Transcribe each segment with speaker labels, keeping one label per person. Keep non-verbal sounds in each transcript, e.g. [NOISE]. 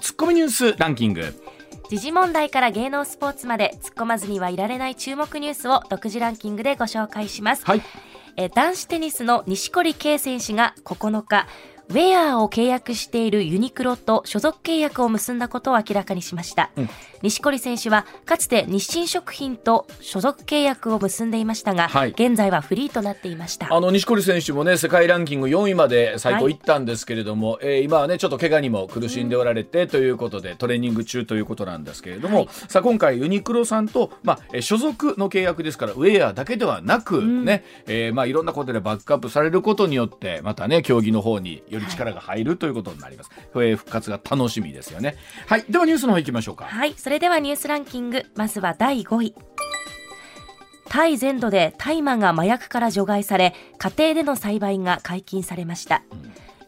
Speaker 1: ツッコミニュースランキング
Speaker 2: 時事問題から芸能スポーツまで突っ込まずにはいられない注目ニュースを独自ランキングでご紹介します、
Speaker 1: はい
Speaker 2: えー男子テニスの錦織圭選手が9日ウェアを契約しているユニクロと所属契約を結んだことを明らかにしました、
Speaker 1: うん
Speaker 2: 錦織選手はかつて日清食品と所属契約を結んでいましたが、
Speaker 1: はい
Speaker 2: 現在はフリーとなっていました
Speaker 1: あの錦織選手もね世界ランキング4位まで最高いったんですけれども、えー今はねちょっと怪我にも苦しんでおられてということで、トレーニング中ということなんですけれども、
Speaker 2: はい
Speaker 1: さあ今回ユニクロさんと、まあ、えー所属の契約ですからウェアだけではなく、ねえーまあ、いろんなことでバックアップされることによってまたね競技の方により力が入るということになります、えー復活が楽しみですよねはいではニュースの方行きましょうか
Speaker 2: はい、それではニュースランキング、まずは第5位。タイ全土で大麻が麻薬から除外され、家庭での栽培が解禁されました。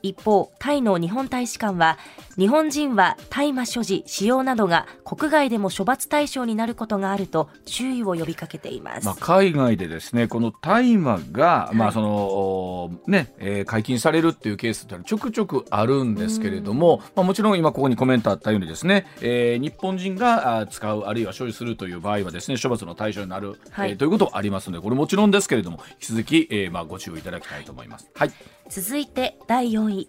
Speaker 2: 一方、タイの日本大使館は、日本人は大麻所持、使用などが国外でも処罰対象になることがあると注意を呼びかけています。
Speaker 1: まあ、海外でですねこの大麻が、
Speaker 2: い
Speaker 1: まあそのおーねえー解禁されるっていうケースってのはちょくちょくあるんですけれども、まあ、もちろん今ここにコメントあったようにですね、えー日本人があー使うあるいは所有するという場合はですね処罰の対象になる、
Speaker 2: はい
Speaker 1: えーということはありますのでこれもちろんですけれども引き続き、えーまあ、ご注意いただきたいと思います。はい、
Speaker 2: 続いて第4位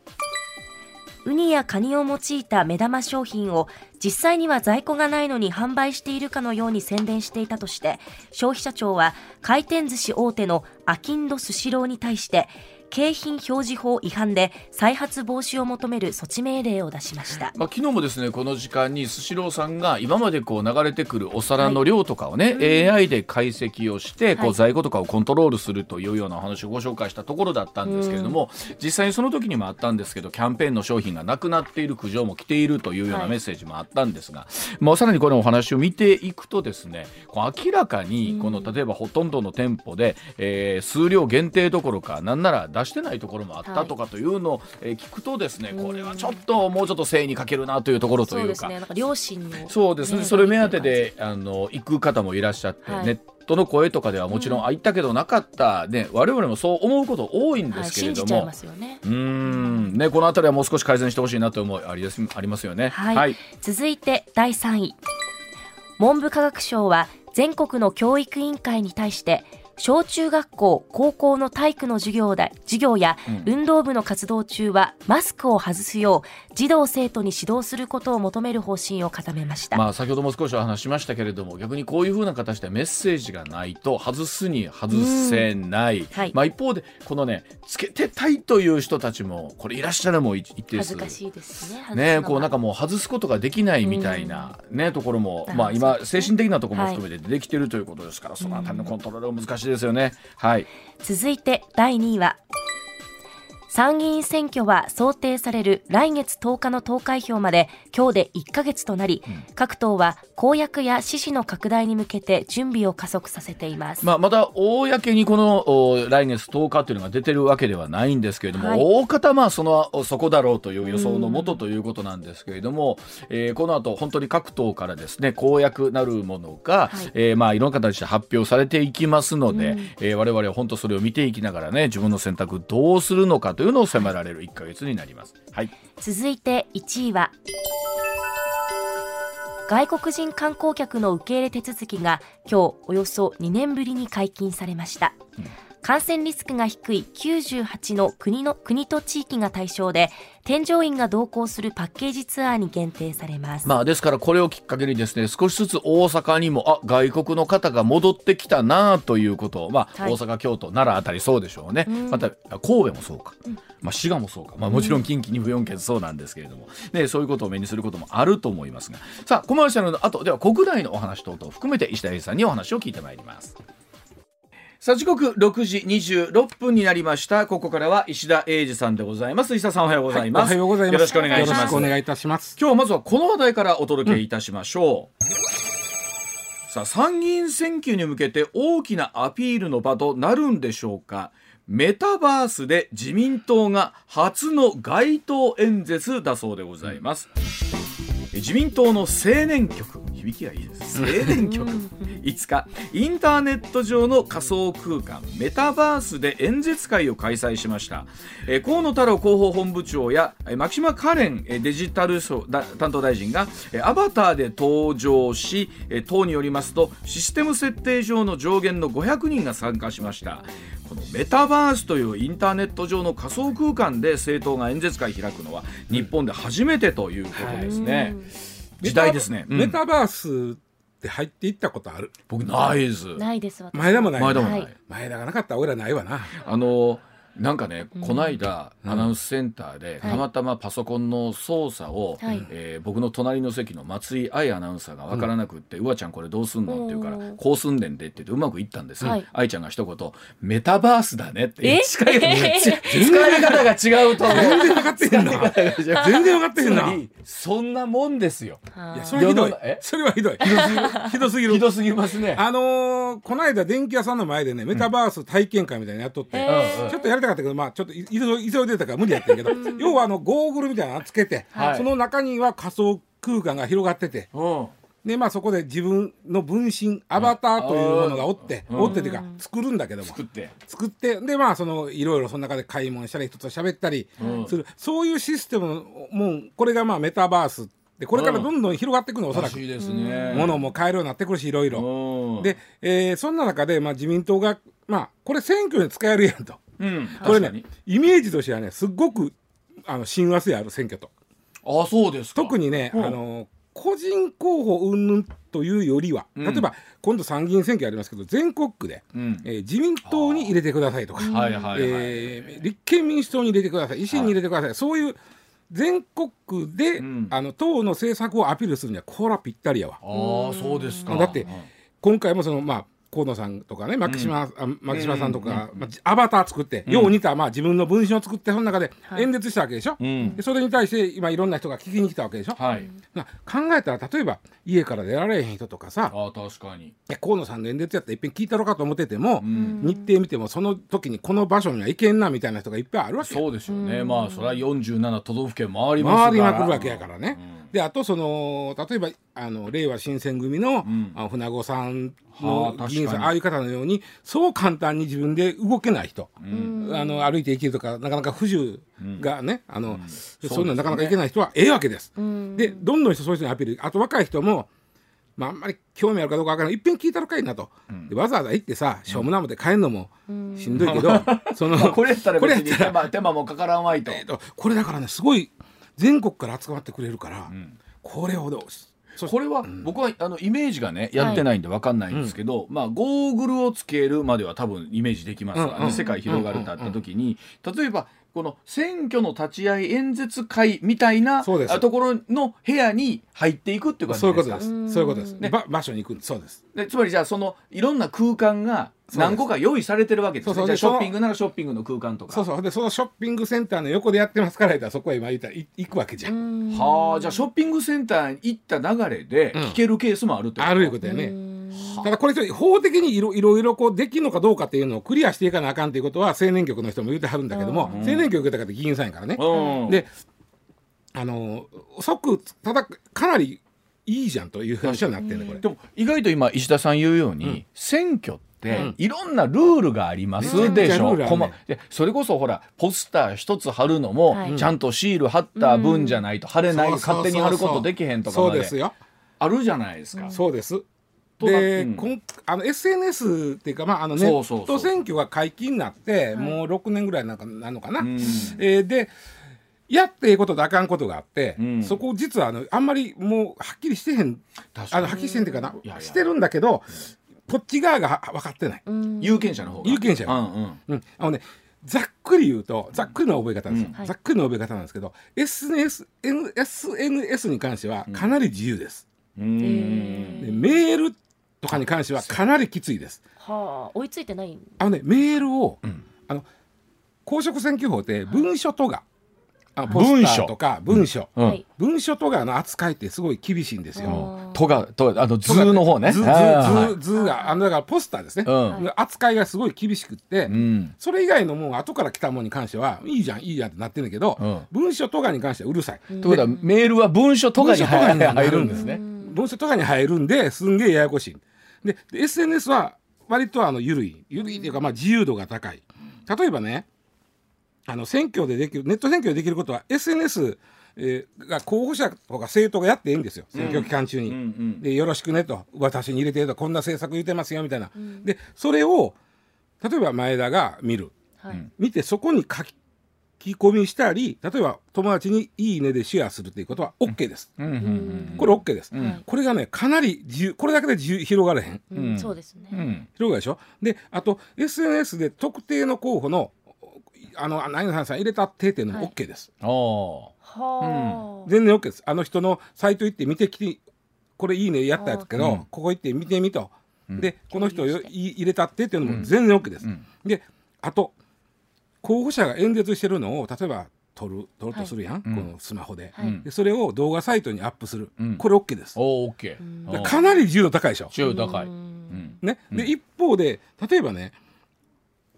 Speaker 2: ウニやカニを用いた目玉商品を実際には在庫がないのに販売しているかのように宣伝していたとして消費者庁は回転寿司大手のアキンドスシローに対して景品表示法違反で再発防止を求める措置命令を出しました
Speaker 1: まあ、昨日もですねこの時間にスシローさんが今までこう流れてくるお皿の量とかをね、AI で解析をして、こ
Speaker 2: は
Speaker 1: う
Speaker 2: い
Speaker 1: 在庫とかをコントロールするというようなお話をご紹介したところだったんですけれども、実際にその時にもあったんですけどキャンペーンの商品がなくなっている苦情も来ているというような
Speaker 2: はい
Speaker 1: メッセージもあったんですが、まあ、さらにこのお話を見ていくとですねこう明らかにこの例えばほとんどの店舗で、えー数量限定どころかなんなら出してないところもあったとかというのを、えー聞くとですねこれはちょっともうちょっと誠意に欠けるなというところと
Speaker 2: そ
Speaker 1: いうう
Speaker 2: です
Speaker 1: か
Speaker 2: ねなんか両親の
Speaker 1: そうですね、それ目当てであの行く方もいらっしゃって、
Speaker 2: はい
Speaker 1: ネットの声とかではもちろん、あ、行ったけどなかった、ね、我々もそう思うこと多いん
Speaker 2: は
Speaker 1: で
Speaker 2: い
Speaker 1: すけれ
Speaker 2: 信じ
Speaker 1: ど
Speaker 2: ちゃ
Speaker 1: も、
Speaker 2: いますよね
Speaker 1: うーんね、このあたりはもう少し改善してほしいなという思いありですありますよね。
Speaker 2: はい、続いて第3位文部科学省は全国の教育委員会に対して小中学校高校の体育の授業だ授業や
Speaker 1: うん
Speaker 2: 運動部の活動中はマスクを外すよう児童生徒に指導することを求める方針を固めました、
Speaker 1: まあ、先ほども少しお話しましたけれども逆にこういうふうな形でメッセージがないと外すに外せない、
Speaker 2: はい
Speaker 1: まあ、一方でこのねつけてたいという人たちもこれいらっしゃるもん一一定
Speaker 2: 恥
Speaker 1: 数
Speaker 2: ずかしいですね
Speaker 1: ね、こうなん
Speaker 2: か
Speaker 1: かもう外すことができないみたいな、ね、ところも、まあ、
Speaker 2: そう
Speaker 1: 今
Speaker 2: ですね
Speaker 1: 精神的なところも含めて出てきてるということですから、そのあたりのコントロールは難しいですよね。はい、
Speaker 2: 続いて第2位は参議院選挙は想定される来月10日の投開票まで今日で1ヶ月となり、各党は公約や支持の拡大に向けて準備を加速させています、
Speaker 1: まあ、まだ公にこのお来月10日というのが出てるわけではないんですけれども、
Speaker 2: はい
Speaker 1: 大方まあそのおそこだろうという予想のもとということなんですけれども、えーこの後本当に各党からですね公約なるものが、
Speaker 2: はい
Speaker 1: えーまあいろんな形で発表されていきますので、えー我々は本当それを見ていきながらね自分の選択どうするのかというのを迫られる1ヶ月になります。はい
Speaker 2: 続いて1位は外国人観光客の受け入れ手続きが今日およそ2年ぶりに解禁されました感染リスクが低い98の国の国と地域が対象で添乗員が同行するパッケージツアーに限定されます、
Speaker 1: まあ、ですからこれをきっかけにですね少しずつ大阪にもあ外国の方が戻ってきたなということを、まあ
Speaker 2: はい
Speaker 1: 大阪京都奈良あたりそうでしょうね、またあ神戸もそうか、まあ、滋賀もそうか、まあ、もちろん近畿2府4県そうなんですけれども、ね、そういうことを目にすることもあると思いますがさあコマーシャルの後では国内のお話等々を含めて石田英二さんにお話を聞いてまいります。さあ時刻6時26分になりましたここからは石田英二さんでございます石田さんおはようござい
Speaker 3: お
Speaker 1: ます、
Speaker 3: はようございます。
Speaker 1: よろしくお願いしま
Speaker 3: よろし
Speaker 1: す
Speaker 3: くお願いいたします。
Speaker 1: 今日はまずはこの話題からお届けいたしましょう、さあ参議院選挙に向けて大きなアピールの場となるんでしょうかメタバースで自民党が初の街頭演説だそうでございます、自民党の青年局響きがいいですね静電極
Speaker 2: うん
Speaker 1: 5日インターネット上の仮想空間メタバースで演説会を開催しました、えー河野太郎広報本部長やえー牧島カレンえーデジタル相だ担当大臣がえーアバターで登場しえー党によりますとシステム設定上の上限の500人が参加しましたこのメタバースというインターネット上の仮想空間で政党が演説会開くのは日本で初めてということですね、時代ですね、うん
Speaker 3: メタバースって入っていったことある
Speaker 1: 僕ないです
Speaker 2: ないです私
Speaker 3: 前田もない
Speaker 1: 前田も
Speaker 2: は
Speaker 1: ない、
Speaker 2: い
Speaker 3: 前田がなかったら俺らないわな
Speaker 1: あのなんかね、こないだ
Speaker 3: うん
Speaker 1: アナウンスセンターで、
Speaker 2: はい
Speaker 1: たまたまパソコンの操作を、
Speaker 2: はい
Speaker 1: えー僕の隣の席の松井愛アナウンサーが分からなくって「うわちゃんこれどうすんの?」って言うから
Speaker 2: おー
Speaker 1: 「こうすんねんで」って言ってうまくいったんです、
Speaker 2: はい
Speaker 1: 愛ちゃんが一言「メタバースだね」って
Speaker 2: え
Speaker 1: 近い
Speaker 2: え
Speaker 1: 使い方が違うと思う
Speaker 3: 全然分かって
Speaker 1: [LAUGHS]
Speaker 3: へんな全然分かってへ
Speaker 1: つ
Speaker 3: んな
Speaker 1: まりそんなもんですよ
Speaker 3: い
Speaker 2: はい
Speaker 3: やそれはひど
Speaker 1: 世の
Speaker 3: い
Speaker 1: 中え
Speaker 3: それはひどいひどすぎる
Speaker 1: ひどすぎますね
Speaker 3: あのーこの間電気屋さんの前でねメタバース体験会みたいなのやっとって、
Speaker 2: へ
Speaker 1: ー
Speaker 3: ちょっとやりたかったけどまあちょっとい急い急いでたから無理やったんやけど要はあのゴーグルみたいなのつけて、
Speaker 1: はい
Speaker 3: その中には仮想空間が広がってて
Speaker 1: うん
Speaker 3: でまあそこで自分の分身アバターというものがおって、
Speaker 1: うん
Speaker 3: おってっていうか作るんだけども
Speaker 1: 作って
Speaker 3: 作ってでまあそのいろいろその中で買い物したり人と喋ったり
Speaker 1: うん
Speaker 3: する、そういうシステムのもうこれがまあメタバースでこれからどんどん広がっていくのおそら
Speaker 1: ら
Speaker 3: く
Speaker 1: しいですね
Speaker 3: 物も買えるようになってくるしいろいろ。
Speaker 1: も
Speaker 3: で、えーそんな中で、まあ、自民党が、まあ、これ選挙に使えるやんと。
Speaker 1: うん
Speaker 3: これ
Speaker 1: 確か
Speaker 3: ね
Speaker 1: に、
Speaker 3: イメージとしてはね、すっごく、あの、親和性ある選挙と。
Speaker 1: あそうですか
Speaker 3: 特にね、
Speaker 1: うん
Speaker 3: あの、個人候補云々というよりは、
Speaker 1: うん
Speaker 3: 例えば、今度参議院選挙ありますけど、全国区で、
Speaker 1: うん
Speaker 3: えー自民党に入れてくださいとか、
Speaker 1: はいはいはい、
Speaker 3: えー立憲民主党に入れてください、維新に入れてください、そういう全国区で、
Speaker 1: うん
Speaker 3: あの、党の政策をアピールするには、こらぴったりやわ。
Speaker 1: ああそうですか。
Speaker 3: だって
Speaker 1: うん
Speaker 3: 今回もそのまあ河野さんとかね牧島,、あ牧島さんとか、まあじアバター作って、
Speaker 1: うん
Speaker 3: よう似た、まあ、自分の分身を作ってその中で
Speaker 2: はい
Speaker 3: 演説したわけでしょ、
Speaker 1: うん
Speaker 3: でそれに対して今いろんな人が聞きに来たわけでしょ、
Speaker 1: はい。
Speaker 3: な考えたら例えば家から出られへん人とかさ
Speaker 1: ああ確かに。
Speaker 3: いや河野さんの演説やったらいっぺん聞いたろかと思ってても、
Speaker 1: うん。
Speaker 3: 日程見てもその時にこの場所には行けんなみたいな人がいっぱいあるわけよ
Speaker 1: そうですよね。まあそれは四十七都道府県回りますから。
Speaker 3: 回りまくるわけやからね。
Speaker 1: うん
Speaker 3: であとその例えばあの令和新選組の,、
Speaker 1: ん
Speaker 3: あの船子さん
Speaker 1: はあ
Speaker 3: の
Speaker 1: 確かに
Speaker 3: 議員さんああいう方のようにそう簡単に自分で動けない人、
Speaker 1: ん
Speaker 3: あの歩いていけるとかなかなか不自由がね、あのそういうのはなかなかいけない人はええわけです。
Speaker 2: うん
Speaker 3: でどんどん人そういう人にアピールあと若い人も、まあ、あんまり興味あるかどうかわからないいっぺん聞いたのかいなと、でわざわざ行ってさしょうもないもんで帰るのもしんどいけど、
Speaker 1: [LAUGHS]
Speaker 3: その
Speaker 1: まあこれやったら
Speaker 3: これ
Speaker 1: 別
Speaker 3: や
Speaker 1: に
Speaker 3: った
Speaker 1: 手
Speaker 3: ら
Speaker 1: 間手間もかからんわいと。
Speaker 3: えっとこれだからねすごい全国から集まってくれるから、
Speaker 1: ん
Speaker 3: これほどそ
Speaker 1: これは僕はあのイメージがねやってないんでわかんないんですけど、まあゴーグルをつけるまでは多分イメージできますから
Speaker 3: うんう
Speaker 1: ね
Speaker 3: ん
Speaker 1: 世界広がるってあった時に例えばこの選挙の立ち会い演説会みたいな
Speaker 3: そうです
Speaker 1: あところの部屋に入っていくっていう感じ
Speaker 3: そうい
Speaker 1: で
Speaker 3: う
Speaker 1: すか
Speaker 3: ことで
Speaker 2: うん
Speaker 3: すそういうことです、
Speaker 1: ね
Speaker 3: ば場所に行くんですそうです
Speaker 1: でつまりじゃあそのいろんな空間が何個か用意されてるわけですね
Speaker 3: そうそう
Speaker 1: じゃあショ
Speaker 3: で
Speaker 1: ッピングならショッピングの空間とか
Speaker 3: そうそうでそのショッピングセンターの横でやってますから言ったらそこへ今言ったらい行くわけじゃん、
Speaker 2: うん
Speaker 1: はあじゃあショッピングセンターに行った流れで
Speaker 3: うん
Speaker 1: 聞けるケースもあるってこと
Speaker 3: あるいうことや
Speaker 2: う
Speaker 3: ね、
Speaker 2: ん
Speaker 3: ただこれちょっと法的にいろいろいろこうできるのかどうかっていうのをクリアしていかなあかんということは青年局の人も言ってはるんだけども、
Speaker 1: うん
Speaker 3: 青年局だから議員さんやからね、
Speaker 1: うん
Speaker 3: であのー即ただかなりいいじゃんという話になってるねこれ
Speaker 1: でも意外と今石田さん言うように、
Speaker 3: うん
Speaker 1: 選挙って
Speaker 3: うん
Speaker 1: いろんなルールがありますでしょ、
Speaker 3: めちゃくちゃルールあるね
Speaker 1: こまでそれこそほらポスター一つ貼るのも、
Speaker 2: はい
Speaker 1: ちゃんとシール貼った分じゃないと貼れない、
Speaker 3: そうそうそうそ
Speaker 1: 勝
Speaker 3: う
Speaker 1: 手に貼ることできへんとか
Speaker 3: そ
Speaker 1: ま
Speaker 3: うです
Speaker 1: で
Speaker 3: よ
Speaker 1: あるじゃないですか。
Speaker 3: そうです。
Speaker 1: とな
Speaker 3: で、
Speaker 1: うん
Speaker 3: こんあの SNS っていうか、まあ、あのネ
Speaker 1: そうそう
Speaker 3: ッ
Speaker 1: そう
Speaker 3: ト選挙が解禁になって、
Speaker 2: い
Speaker 3: もう6年ぐらいなんかなのかな、
Speaker 1: うん
Speaker 3: えーでやっていいこととあかんことがあって、
Speaker 1: うん
Speaker 3: そこ実はあのあんまりもうはっきりしてへん
Speaker 1: 確か
Speaker 3: あ
Speaker 1: に
Speaker 3: のはっきりしてへんっていうかな
Speaker 1: やいや
Speaker 3: してるんだけどこっち側がは分かってない、
Speaker 2: うん
Speaker 1: 有権者の方が
Speaker 3: 有権者
Speaker 1: う
Speaker 3: が
Speaker 1: んうん
Speaker 3: うんあのねざっくり言うとざっくりな覚え方ですよ、
Speaker 1: うん
Speaker 2: はい
Speaker 3: ざっくりな覚え方なんですけど SNS, SNS に関してはかなり自由です、
Speaker 1: うーん
Speaker 2: え
Speaker 3: でメールとかに関してはかなりきついです
Speaker 2: はあ追いついてないん
Speaker 3: あのね、メールを、
Speaker 1: ん
Speaker 3: あの公職選挙法って文書とが、あポ
Speaker 1: 文書
Speaker 3: スターとか文書、
Speaker 1: うん
Speaker 2: はい
Speaker 3: 文書とがの扱いってすごい厳しいんですよ。
Speaker 2: あー
Speaker 1: とがとあの図の方ね。
Speaker 3: 図図図
Speaker 1: はい
Speaker 3: 図があのだからポスターですね、
Speaker 1: うん
Speaker 3: 扱いがすごい厳しくって、
Speaker 1: うん
Speaker 3: それ以外のもう後から来たものに関してはいいじゃんいいじゃんってなってるんだけど、
Speaker 1: うん
Speaker 3: 文書とかに関してはうるさい、
Speaker 1: ということはメールは文書とかに
Speaker 3: 文書とかに
Speaker 1: 入
Speaker 3: 入
Speaker 1: る
Speaker 3: る
Speaker 1: ん
Speaker 3: ん
Speaker 1: で
Speaker 3: ですす
Speaker 1: ね。
Speaker 3: 文書とかに入るんですんげえややこしいでで SNS は割とあの緩い緩いっていうかまあ自由度が高い例えばねあの選挙でできるネット選挙でできることは SNS えーが候補者とか政党がやっていいんですよ選挙期間中に、
Speaker 1: うんうん
Speaker 3: でよろしくねと私に入れてるとこんな政策言ってますよみたいな、でそれを例えば前田が見る
Speaker 2: はい
Speaker 3: 見てそこに書き込みしたり例えば友達に「いいね」でシェアするということは OK です、
Speaker 1: うんうんうん
Speaker 3: これ OK です、
Speaker 2: ん
Speaker 3: これがねかなり自由これだけで自由広がれへん
Speaker 2: うん
Speaker 1: うん
Speaker 2: そうですね、
Speaker 1: うん
Speaker 3: 広がるでしょであと SNS で特定の候補のあの何々さん入れたってっていうの
Speaker 2: は
Speaker 3: も
Speaker 2: い
Speaker 3: OK です、
Speaker 1: ああ
Speaker 2: はあ、
Speaker 3: 全然 OK ですあの人のサイト行って見てきてこれいいねやったやつけど、
Speaker 1: うん
Speaker 3: ここ行って見てみと、
Speaker 1: ん
Speaker 3: でこの人
Speaker 2: 共
Speaker 3: を
Speaker 2: 有
Speaker 3: よ
Speaker 2: して
Speaker 3: い入れたってっていうのも全然 OK です、
Speaker 1: うん
Speaker 3: であと候補者が演説してるのを例えば撮る撮るとするやん、
Speaker 1: い
Speaker 3: このスマホで,、
Speaker 2: はい
Speaker 1: うん
Speaker 3: でそれを動画サイトにアップする、
Speaker 1: うん
Speaker 3: これ OK です
Speaker 1: おーオッケ
Speaker 2: うん
Speaker 1: ー
Speaker 3: かなり自由度高いでしょ、
Speaker 1: 中高い
Speaker 2: うん
Speaker 3: ね
Speaker 1: うん
Speaker 3: で一方で例えばね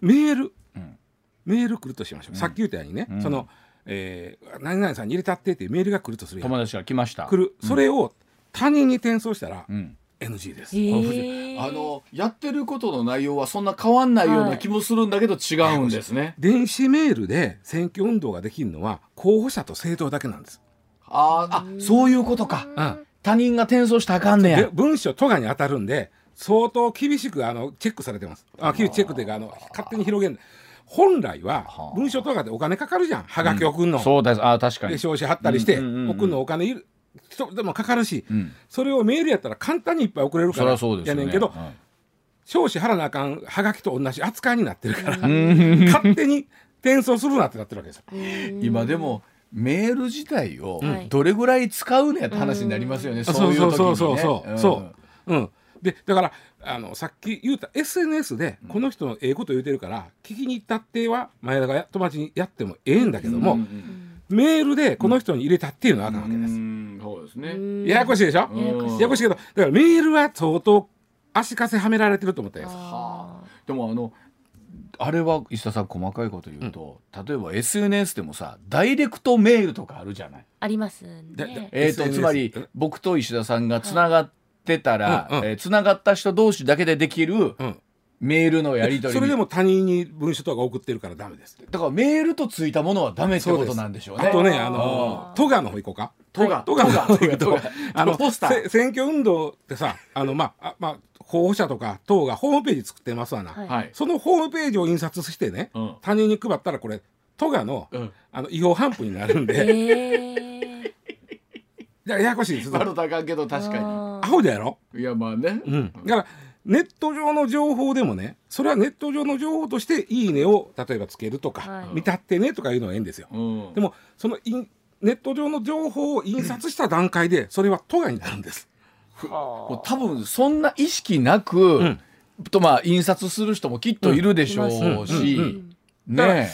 Speaker 3: メール、
Speaker 1: うん
Speaker 3: メール来るとしましょう、さっき言ったようにね、
Speaker 1: うん
Speaker 3: その、えー何々さんに入れたってっていうメールが来るとするやん
Speaker 1: 友達が来ました
Speaker 3: 来るそれを他人に転送したら
Speaker 1: うん
Speaker 3: NG です、
Speaker 2: へ
Speaker 1: あ藤
Speaker 2: え
Speaker 1: 井あのやってることの内容はそんな変わんないような気もするんだけど違うんですね。
Speaker 3: 電子メールで選挙運動ができるのは候補者と政党だけなんです
Speaker 1: あーあそういうことか。
Speaker 3: ん
Speaker 1: 他人が転送したらあかんね
Speaker 3: で
Speaker 1: や。
Speaker 3: 文書とかに当たるんで相当厳しくあのチェックされてますあ厳しくチェックというかあの勝手に広げる本来は
Speaker 1: あ
Speaker 3: 文書とかでお金かかるじゃんはがき送るの、
Speaker 1: そうです。あー確か
Speaker 3: で
Speaker 1: に。
Speaker 3: 証紙貼ったりして、
Speaker 1: うんうんうんうん
Speaker 3: 送るのお金いる人でもかかるし、
Speaker 1: うん。
Speaker 3: それをメールやったら簡単にいっぱい送れるか
Speaker 1: そり
Speaker 3: ら
Speaker 1: ゃそうです
Speaker 3: や
Speaker 1: よね。
Speaker 3: ねんけど
Speaker 1: うん
Speaker 3: 証紙貼らなあかんはがきと同じ扱いになってるから、
Speaker 1: ん
Speaker 3: 勝手に転送するなってなってるわけですよ。
Speaker 1: 今でもメール自体を
Speaker 2: はい
Speaker 1: どれぐらい使うねって話になりますよね。そういう時にね。
Speaker 3: そうそうそうそう
Speaker 1: うん
Speaker 3: そう、うん、でだからあのさっき言うた SNS でこの人のええこと言うてるから聞きに行ったっては前田がや友達にやってもええんだけど
Speaker 1: う
Speaker 3: も、
Speaker 1: ん
Speaker 3: メールでこの人に入れたっていうのはあ
Speaker 1: う
Speaker 3: かんわけです、
Speaker 1: んそうですね。
Speaker 3: ややこしいでしょ、
Speaker 1: うん
Speaker 2: ややこしい
Speaker 3: ややこしいけどだからメールは相当足かせはめられてると思ったよ
Speaker 1: はあ、でもあのあれは石田さん細かいこと言うと、例えば SNS でもさダイレクトメールとかあるじゃない。
Speaker 2: あります
Speaker 3: だだ
Speaker 2: ね。
Speaker 1: えー、と
Speaker 3: SNS
Speaker 1: つまり
Speaker 3: うん
Speaker 1: 僕と石田さんがつながってたら、
Speaker 3: うんうん
Speaker 1: えつながった人同士だけでできる
Speaker 3: うん
Speaker 1: メールのやり取り
Speaker 3: それでも他人に文書とか送ってるからダメです
Speaker 1: だからメールとついたものはダメって
Speaker 3: そう
Speaker 1: こ
Speaker 3: です
Speaker 1: となんでしょうね。
Speaker 3: あとね、
Speaker 2: あー
Speaker 3: あの、トガの方行こうか。
Speaker 1: トガ
Speaker 3: トガの方行く
Speaker 1: ト
Speaker 3: と
Speaker 1: ガトガ、
Speaker 3: あの、
Speaker 1: ポスター
Speaker 3: せ選挙運動ってさ、あの、まあ、あまあ、候補者とか党がホームページ作ってますわな。
Speaker 2: はい
Speaker 1: はい、
Speaker 3: そのホームページを印刷してね、
Speaker 1: うん
Speaker 3: 他人に配ったらこれ、トガの、
Speaker 1: うん
Speaker 3: あの、違法反布になるん
Speaker 2: え
Speaker 3: で、
Speaker 2: ー、
Speaker 3: いやややこしいです。
Speaker 1: 悪だかんけど確か
Speaker 2: あ
Speaker 3: ア
Speaker 2: ー
Speaker 3: ホじゃろ
Speaker 1: に。いやまあね。
Speaker 3: うん。だから、ネット上の情報でもね、それはネット上の情報として、いいねを、例えばつけるとか、
Speaker 2: はい
Speaker 3: 見たってねとかいうのはええんですよ。
Speaker 1: うん
Speaker 3: でもそのインネット上の情報を印刷した段階でそれは都外になるんです。
Speaker 1: もう多分そんな意識なく、
Speaker 3: ん
Speaker 1: とまあ印刷する人もきっといるでしょうし、
Speaker 3: うんうんだから
Speaker 1: ね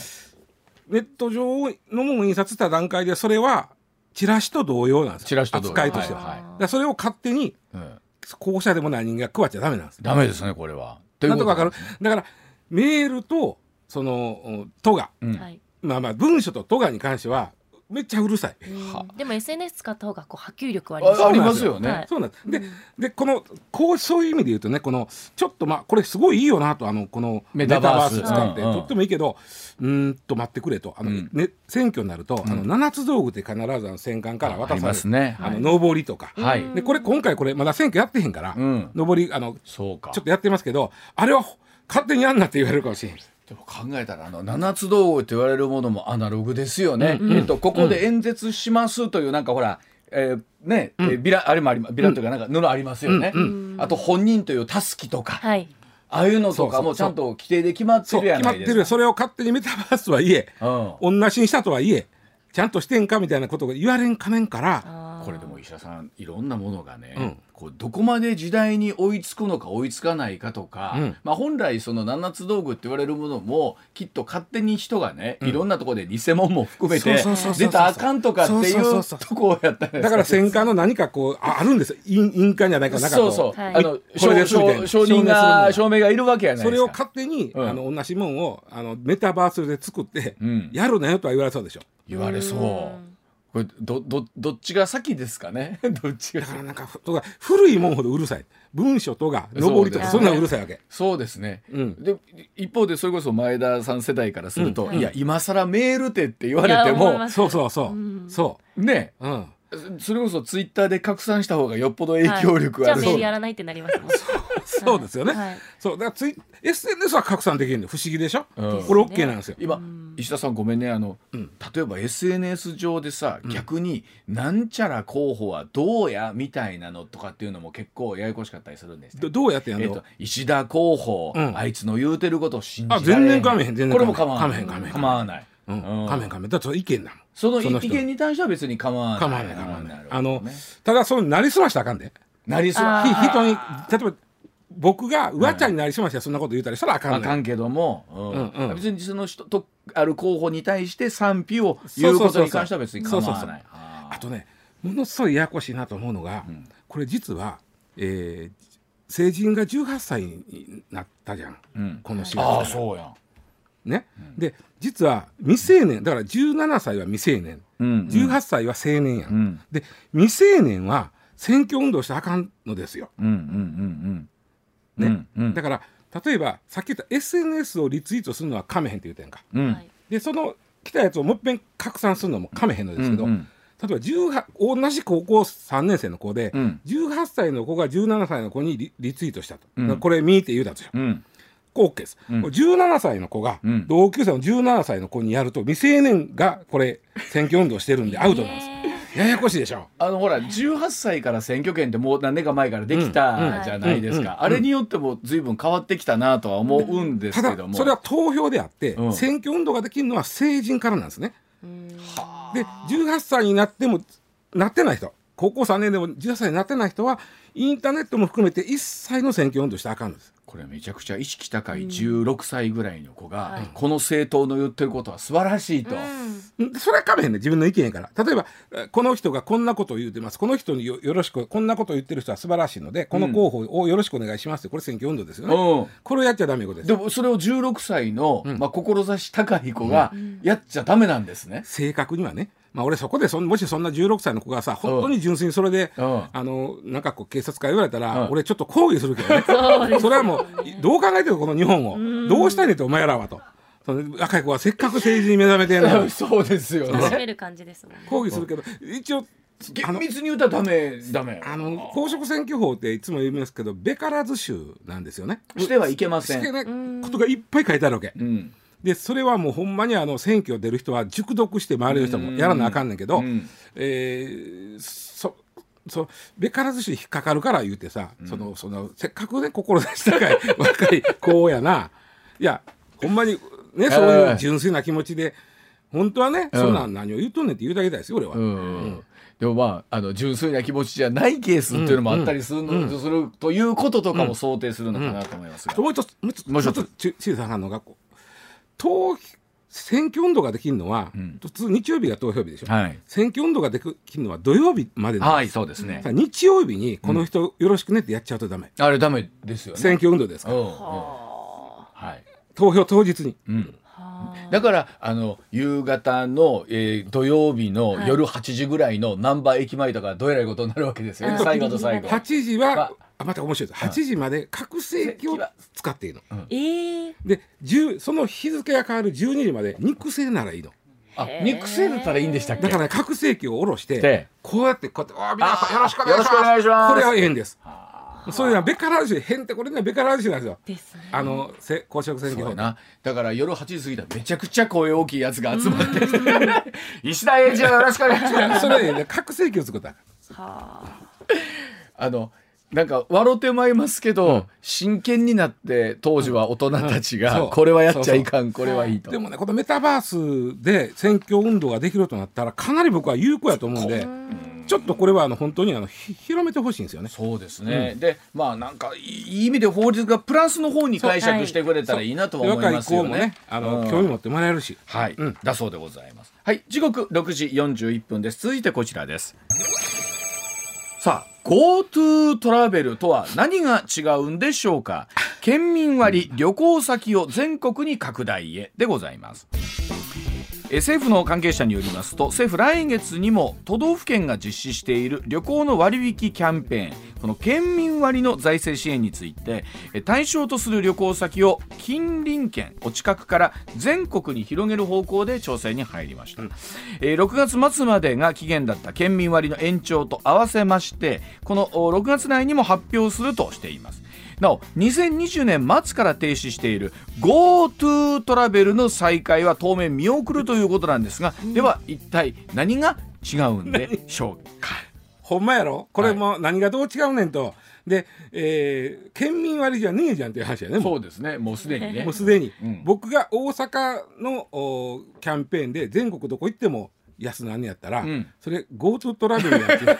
Speaker 3: ネット上のものを印刷した段階でそれはチラシと同様なんですよ。
Speaker 1: チラシと同様
Speaker 3: 扱いとしては。
Speaker 1: はい
Speaker 3: だからそれを勝手に
Speaker 1: え、うん
Speaker 3: 候補者でもない人間が配っちゃダメなんです。
Speaker 1: ダメですねこれは。と
Speaker 3: なんとか
Speaker 1: な
Speaker 3: わか
Speaker 1: ん
Speaker 3: る
Speaker 1: ですね。
Speaker 3: だからメールとそのうん都が
Speaker 1: うん
Speaker 2: はい
Speaker 3: まあまあ文書と都がに関してはめっちゃうるさい。
Speaker 1: は
Speaker 2: うんでも SNS 使った方がこう波及力はあります
Speaker 1: あ
Speaker 2: よ
Speaker 1: あ
Speaker 2: ね
Speaker 1: りますよね。
Speaker 2: はい
Speaker 3: そうなんです。で、でこのこうそういう意味で言うとね、このちょっとまあこれすごいいいよなとあのこの
Speaker 1: メタバース
Speaker 3: メ使って、
Speaker 1: うんうん
Speaker 3: とってもいいけど、うーんと待ってくれとあの、
Speaker 1: うん
Speaker 3: ね選挙になると、あの七つ道具って必ずあの戦艦から渡さ
Speaker 1: あ
Speaker 3: れ
Speaker 1: り
Speaker 3: る
Speaker 1: ますね。
Speaker 3: あの上りとか、
Speaker 1: はい。
Speaker 3: でこれ今回これまだ選挙やってへんから、
Speaker 1: うん
Speaker 3: 上りあの
Speaker 1: そうか。
Speaker 3: ちょっとやってますけど、あれは勝手にやんなって言われるかもしれない。
Speaker 1: でも考えたらあの七つ道具って言われるものもアナログですよね。えっとここで演説しますというなんかほら。えーねえービラあれもありまビラというかなんか布ありますよね、あと本人というタスキとか、
Speaker 2: はい。
Speaker 1: ああいうのとかもち
Speaker 3: そうそうそう
Speaker 1: ゃんと規定で決まって
Speaker 3: そう
Speaker 1: るや
Speaker 3: 決ま
Speaker 1: な
Speaker 3: っ
Speaker 1: いで
Speaker 3: て
Speaker 1: す
Speaker 3: る
Speaker 1: か
Speaker 3: それを勝手にメタバースとはいえ、
Speaker 1: う
Speaker 3: 同じにしたとはいえちゃんとしてんかみたいなことが言われんかねんから。
Speaker 1: ん、これでも石田さんいろんなものがね、
Speaker 3: うん
Speaker 1: こうどこまで時代に追いつくのか追いつかないかとか、
Speaker 3: うん
Speaker 1: まあ、本来その七つ道具って言われるものもきっと勝手に人がね、いろんなところで偽物も含めて
Speaker 3: そうそうそうそう
Speaker 1: 出たらあかんとかってい
Speaker 3: そうそううそうそう
Speaker 1: とこをやったんです
Speaker 3: だから戦艦の何かこうああるんですよ印印鑑じゃないかなんかこ
Speaker 1: そううそう、
Speaker 2: はい
Speaker 1: あの
Speaker 3: これですみたい
Speaker 1: 証
Speaker 3: な
Speaker 1: 証人が証明がいるわけやない
Speaker 3: そ
Speaker 1: で
Speaker 3: れ
Speaker 1: す
Speaker 3: を
Speaker 1: か
Speaker 3: 勝手に、
Speaker 1: うん
Speaker 3: あの同じもんをあのメタバースで作って、
Speaker 1: うん
Speaker 3: やるなよとは言われそうでしょ
Speaker 1: 言われそうこれどどどっちが先ですかね [LAUGHS] どっちが
Speaker 3: だからなんかふとか古いもんほどうるさい文書とか上りとか
Speaker 1: そ
Speaker 3: そ
Speaker 1: うんだ
Speaker 3: な
Speaker 1: よね
Speaker 3: うるさいわけ
Speaker 1: そうですね、
Speaker 3: うん
Speaker 1: で一方でそれこそ前田さん世代からすると、
Speaker 2: うん
Speaker 1: いや今更メールてって言わ
Speaker 2: いや
Speaker 1: れて
Speaker 2: 思いま
Speaker 1: も
Speaker 2: す
Speaker 3: そうそうそう、
Speaker 2: うん
Speaker 3: そ
Speaker 1: ね
Speaker 3: ううん
Speaker 1: それこそツイッターで拡散した方がよっぽど影響力あ
Speaker 2: はい、じゃあ
Speaker 1: る、
Speaker 2: メールやらないってなりますもん
Speaker 3: そうですよね、
Speaker 2: はい
Speaker 3: そうだからツイ SNS は拡散できるの不思議でしょ、
Speaker 1: うん
Speaker 3: これ OK なんですよ
Speaker 1: 今
Speaker 2: うん
Speaker 1: 石田さんごめんねあの、
Speaker 3: うん
Speaker 1: 例えば SNS 上でさ逆になんちゃら候補はどうやみたいなのとかっていうのも結構ややこしかったりするんですね、
Speaker 3: どどうやってや
Speaker 1: え
Speaker 3: る
Speaker 1: っ
Speaker 3: の、
Speaker 1: と、石田候補、
Speaker 3: うん
Speaker 1: あいつの言うてることを信じら
Speaker 3: あ
Speaker 1: れない
Speaker 3: 全然かめへん全然
Speaker 1: これも構わな
Speaker 3: かめへ
Speaker 1: い
Speaker 3: んかめへん
Speaker 1: 構わない
Speaker 3: うん、かめんかめんだってそれ意見だもん
Speaker 1: その
Speaker 3: その人
Speaker 1: 意見に対しては別に構わない
Speaker 3: 構わない構わな
Speaker 1: る
Speaker 3: い
Speaker 1: ほどね
Speaker 3: あのただそうなりすましたらあかんで
Speaker 1: なりそう
Speaker 2: あ
Speaker 3: ひ
Speaker 2: ー
Speaker 3: 人に例えば僕がうわちゃんになりすましたらそんなこと言うたりしたらあか
Speaker 1: あ
Speaker 3: んねん
Speaker 1: かんけども、うん
Speaker 3: うんうん
Speaker 1: 別にその人とある候補に対して賛否を言うことに関しては別に構
Speaker 3: そうそう
Speaker 1: わ
Speaker 3: そうそ
Speaker 1: な
Speaker 3: う
Speaker 1: い
Speaker 3: あとねものすごいややこしいなと思うのが、
Speaker 1: ん
Speaker 3: これ実は、えー成人が18歳になったじゃん、
Speaker 1: うん
Speaker 3: この4月
Speaker 1: あ
Speaker 3: から
Speaker 1: あそうやん、
Speaker 3: ね、で実は未成年だから17歳は未成年
Speaker 1: うん
Speaker 3: 18歳は成年やん、
Speaker 1: うん
Speaker 3: で未成年は選挙運動したらあかんのですよ、
Speaker 1: うんうんうんうん
Speaker 3: ね
Speaker 1: うんうん
Speaker 3: だから例えばさっき言った SNS をリツイートするのはかめへんって言うてんか
Speaker 1: うん
Speaker 2: はい
Speaker 3: でその来たやつをもう一遍拡散するのもかめへんのですけど、
Speaker 1: うんうん
Speaker 3: 例えば18同じ高校3年生の子で、
Speaker 1: うん
Speaker 3: 18歳の子が17歳の子にリリツイートしたと、
Speaker 1: うん
Speaker 3: これ見て言うたとしよ
Speaker 1: うん
Speaker 3: こう OK です、
Speaker 1: うん
Speaker 3: これ17歳の子が、
Speaker 1: うん
Speaker 3: 同級生の17歳の子にやると未成年がこれ選挙運動してるんでアウトなんですよ、ややこしいでしょ
Speaker 1: あのほら18歳から選挙権ってもう何年か前からできたじゃないです
Speaker 3: うんうん
Speaker 1: か、あれによっても随分変わってきたなとは思うんです
Speaker 3: た
Speaker 1: けども、
Speaker 3: だそれは投票であって、
Speaker 1: うん
Speaker 3: 選挙運動ができるのは成人からなんですね
Speaker 2: うん
Speaker 3: で18歳になってもなってない人高校3年でも18歳になってない人はインターネットも含めて一切の選挙運動したらあかんのです
Speaker 1: これめちゃくちゃ意識高い16歳ぐらいの子が、
Speaker 2: はい
Speaker 1: この政党の言ってることは素晴らしいと、
Speaker 3: んそれはかめへんね自分の意見やから例えばえーこの人がこんなことを言ってますこの人によよろしくこんなことを言ってる人は素晴らしいのでこの候補をよろしくお願いしますってこれ選挙運動ですよね、
Speaker 1: うん
Speaker 3: これをやっちゃダメなことです
Speaker 1: でもそれを16歳の、
Speaker 3: うん
Speaker 1: まあ、志高い子がやっちゃダメなんですね。
Speaker 3: 正確にはねまあ俺そこでそんもしそんな16歳の子がさ本当に純粋にそれで、
Speaker 1: うん
Speaker 3: あのなんかこう警察から言われたら、
Speaker 1: うん
Speaker 3: 俺ちょっと抗議するけどね
Speaker 2: そうです
Speaker 3: それはもういどう考えてるこの日本を、どうしたいねんってお前らはとその若い子はせっかく政治に目覚めてんの
Speaker 1: [LAUGHS]
Speaker 3: に
Speaker 1: そうですよ
Speaker 2: 楽し
Speaker 1: ね。
Speaker 2: める感じですもんね。
Speaker 3: 抗議するけど一応あ
Speaker 1: 厳
Speaker 3: の
Speaker 1: 密に言うたらダメダメ。
Speaker 3: あの公職選挙法っていつも言いますけどべからず州なんですよね。
Speaker 1: してはいけませ
Speaker 3: して
Speaker 1: ん。
Speaker 3: ないことがいっぱい書いてあるわけ
Speaker 1: うん
Speaker 3: でそれはもうほんまにあの選挙出る人は熟読して周りの人もやらなあかんねんけど、
Speaker 1: うん
Speaker 3: えーそそべからずし引っかかるから言うてさ、そのそのせっかくね志高い [LAUGHS] 若い子やないやほんまにねそういう純粋な気持ちで本当はね、
Speaker 1: うん
Speaker 3: そんなん何を言うとんねんって言うだけだですよ俺は。
Speaker 1: うんでもまああの純粋な気持ちじゃないケースっていうのもあったりする,、するということとかも想定するのかなと思います
Speaker 3: あ
Speaker 1: が
Speaker 3: ともう一つ、もう一つ、
Speaker 1: も
Speaker 3: も
Speaker 1: う
Speaker 3: う
Speaker 1: 一
Speaker 3: 一
Speaker 1: つ
Speaker 3: つ、ち小さなのがこう、投票選挙運動ができるのは、
Speaker 1: ん
Speaker 3: 普通日曜日が投票日でしょ。
Speaker 1: はい、
Speaker 3: 選挙運動ができるのは土曜日までなん
Speaker 1: はい、
Speaker 3: です
Speaker 1: そうですね
Speaker 3: さあ。日曜日にこの人よろしくねってやっちゃうとダメ。
Speaker 1: あれダメですよね。
Speaker 3: 選挙運動です
Speaker 1: う
Speaker 3: か
Speaker 1: ん
Speaker 3: ら。
Speaker 1: うん
Speaker 2: は
Speaker 1: はい。
Speaker 3: 投票当日に。
Speaker 1: うん。
Speaker 2: あは
Speaker 1: だからあの夕方の、えー土曜日の
Speaker 2: はい
Speaker 1: 夜8時ぐらいの難波駅前とかどえらいことになるわけですよね、
Speaker 2: うん
Speaker 1: 最後の最後。
Speaker 3: 8時は
Speaker 1: あ、
Speaker 3: あまた面白いです。8時まで各選挙を使っていいの。
Speaker 2: あええ
Speaker 3: で、10その日付が変わる12時まで肉声ならいいの。
Speaker 1: あ
Speaker 2: へー
Speaker 1: 肉声だったらいいんでしたっけ
Speaker 3: だからね、各政教を下ろし
Speaker 1: で
Speaker 3: て、こうやって、こうやって、おー皆さんよろしくお
Speaker 1: よ
Speaker 3: 願い
Speaker 1: ろ
Speaker 3: し
Speaker 1: しくお願いしま
Speaker 3: ますす。これはええんです。そういうのはベカラージュ、変ってこれね、ベカラージュなんですよ。
Speaker 2: ですね。
Speaker 3: あの、せ公職選
Speaker 1: そう
Speaker 3: 挙
Speaker 1: や
Speaker 3: 法。
Speaker 1: なだから夜8時過ぎたらめちゃくちゃ声大きいやつが集まってきて「石田英二をよろしくお願いします」
Speaker 3: それはええね、各政教を作ったら。
Speaker 2: は
Speaker 1: あのなんか笑ってまいますけど、真剣になって当時は大人たち
Speaker 3: うん
Speaker 1: が
Speaker 3: そう
Speaker 1: これはやっちゃいかんこれはいいと
Speaker 3: で。もね、このメタバースで選挙運動ができるとなったら、かなり僕は有効やと思うんで、ちょっとこれはあの本当にあのひ広めてほしいんですよね。
Speaker 1: そうですね、でまあなんかいい意味で法律がプラスの方に解釈してくれたらいいなとは
Speaker 3: で
Speaker 1: 思い
Speaker 3: 若
Speaker 1: ま
Speaker 3: い
Speaker 1: すよ
Speaker 3: 子
Speaker 1: ね。
Speaker 3: もね、あの、
Speaker 1: うん
Speaker 3: 興味持ってもらえるし。
Speaker 1: はい、
Speaker 3: うん
Speaker 1: だそうでございます。はい、時刻6時41分です。続いてこちらです。さあ、GoTo トラベルとは何が違うんでしょうか。 [LAUGHS] 県民割旅行先を全国に拡大へでございます。えー政府の関係者によりますと政府来月にも都道府県が実施している旅行の割引キャンペーンこの県民割の財政支援についてえー対象とする旅行先を近隣県お近くから全国に広げる方向で調整に入りました、えー6月末までが期限だった県民割の延長と合わせましてこのお6月内にも発表するとしていますなお2020年末から停止している GoTo トラベルの再開は当面見送るということなんですが、では一体何が違うんでしょうか
Speaker 3: ほんまやろこれも何がどう違うねんと。で、えー県民割じゃねえじゃんっていう話やね。も
Speaker 1: うですね [LAUGHS] もうすでにね
Speaker 3: うもうすでに、
Speaker 1: うん
Speaker 3: 僕が大阪のおーキャンペーンで全国どこ行っても安なんねやったら、
Speaker 1: うん
Speaker 3: それ GoTo トラベルやっていう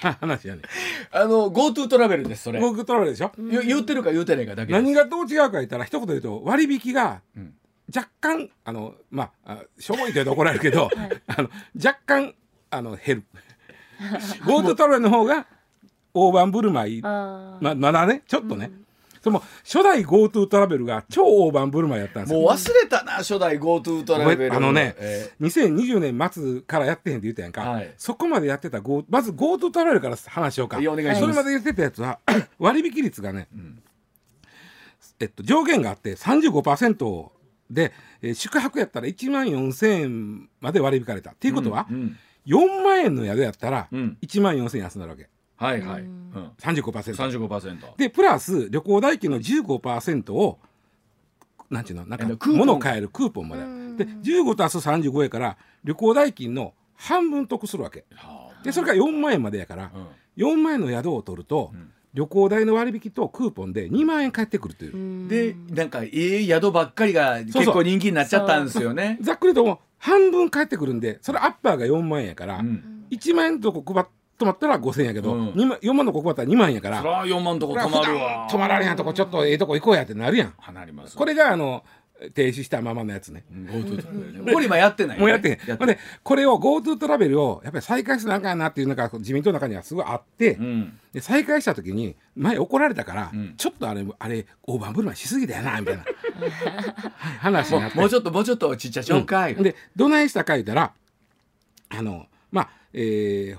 Speaker 3: 話やね。
Speaker 1: あの GoTo トラベルですそれ
Speaker 3: GoTo トラベルでしょ。
Speaker 1: 言言ってるか言うてないかだけです
Speaker 3: 何がどう違うか言ったら一言で言うと割引が
Speaker 1: うん
Speaker 3: 若干あのまああしょぼいというと怒られるけど、 [LAUGHS] あの若干あの減る GoTo トラベルの方が大盤振る舞い
Speaker 2: あー
Speaker 3: ままだねちょっとね、それも初代 GoTo トラベルが超大盤振る舞いやったんです
Speaker 1: も
Speaker 3: よ
Speaker 1: う忘れたな初代 GoTo トラベル
Speaker 3: あのね
Speaker 1: えー
Speaker 3: 2020年末からやってへんって言ったやんか、
Speaker 1: はい
Speaker 3: そこまでやってた Go まず GoTo トラベルから話しようか
Speaker 1: いやお願いします
Speaker 3: それまで言ってた
Speaker 1: [LAUGHS]
Speaker 3: やつは割引率がね、えっと、上限があって35%で、えー宿泊やったら1万4000円まで割り引かれたっていうことは、
Speaker 1: うんうん
Speaker 3: 4万円の宿やったら
Speaker 1: うん
Speaker 3: 1万4000円安くなるわけ
Speaker 1: はいはい、う
Speaker 2: うん
Speaker 1: ん、
Speaker 3: 35%。
Speaker 1: 35%
Speaker 3: でプラス旅行代金の15%をなんていうのなんか
Speaker 1: あのクーポン
Speaker 3: 物を買えるクーポンま
Speaker 2: うん
Speaker 3: でで15足す35やから旅行代金の半分得するわけ
Speaker 1: は
Speaker 3: でそれから4万円までやから
Speaker 1: あうん
Speaker 3: 4万円の宿を取ると
Speaker 1: ん
Speaker 3: 旅行代の割引とクーポンで2万円返ってくるという
Speaker 1: でなんかいい宿ばっかりが結構人気になっちゃったんですよね。
Speaker 3: ざっくりとも半分返ってくるんでそれアッパーが4万円やから
Speaker 1: うん
Speaker 3: 1万円のとこ配っ泊まったら5000円やけど
Speaker 1: うん
Speaker 3: 2万4万のとこ配ったら2万円やか
Speaker 1: そ
Speaker 3: ら
Speaker 1: ら4万とこ
Speaker 3: これは
Speaker 1: 泊
Speaker 3: 普
Speaker 1: まるわ
Speaker 3: 段泊まられへんとこちょっとええとこ行こうやってなるやん
Speaker 1: 離れます
Speaker 3: これがあの停止したままのやつね。
Speaker 1: うん GoTo トラベルねこれ今やってないよね
Speaker 3: もうやってへ
Speaker 1: や
Speaker 3: ん。
Speaker 1: っ
Speaker 3: ほんで、これを GoTo トラベルをやっぱり再開するなんかやなっていうのが自民党の中にはすごいあって、
Speaker 1: うん
Speaker 3: で再開した時に前怒られたから、
Speaker 1: うん
Speaker 3: ちょっとあれ、あれ、大盤振る舞いしすぎだよな、みたい
Speaker 1: [LAUGHS]
Speaker 3: なはい話になって。
Speaker 1: もうちょっともうちょっとちっちゃちょうかい
Speaker 3: で、どないしたか言うたら、あの、まあ、えー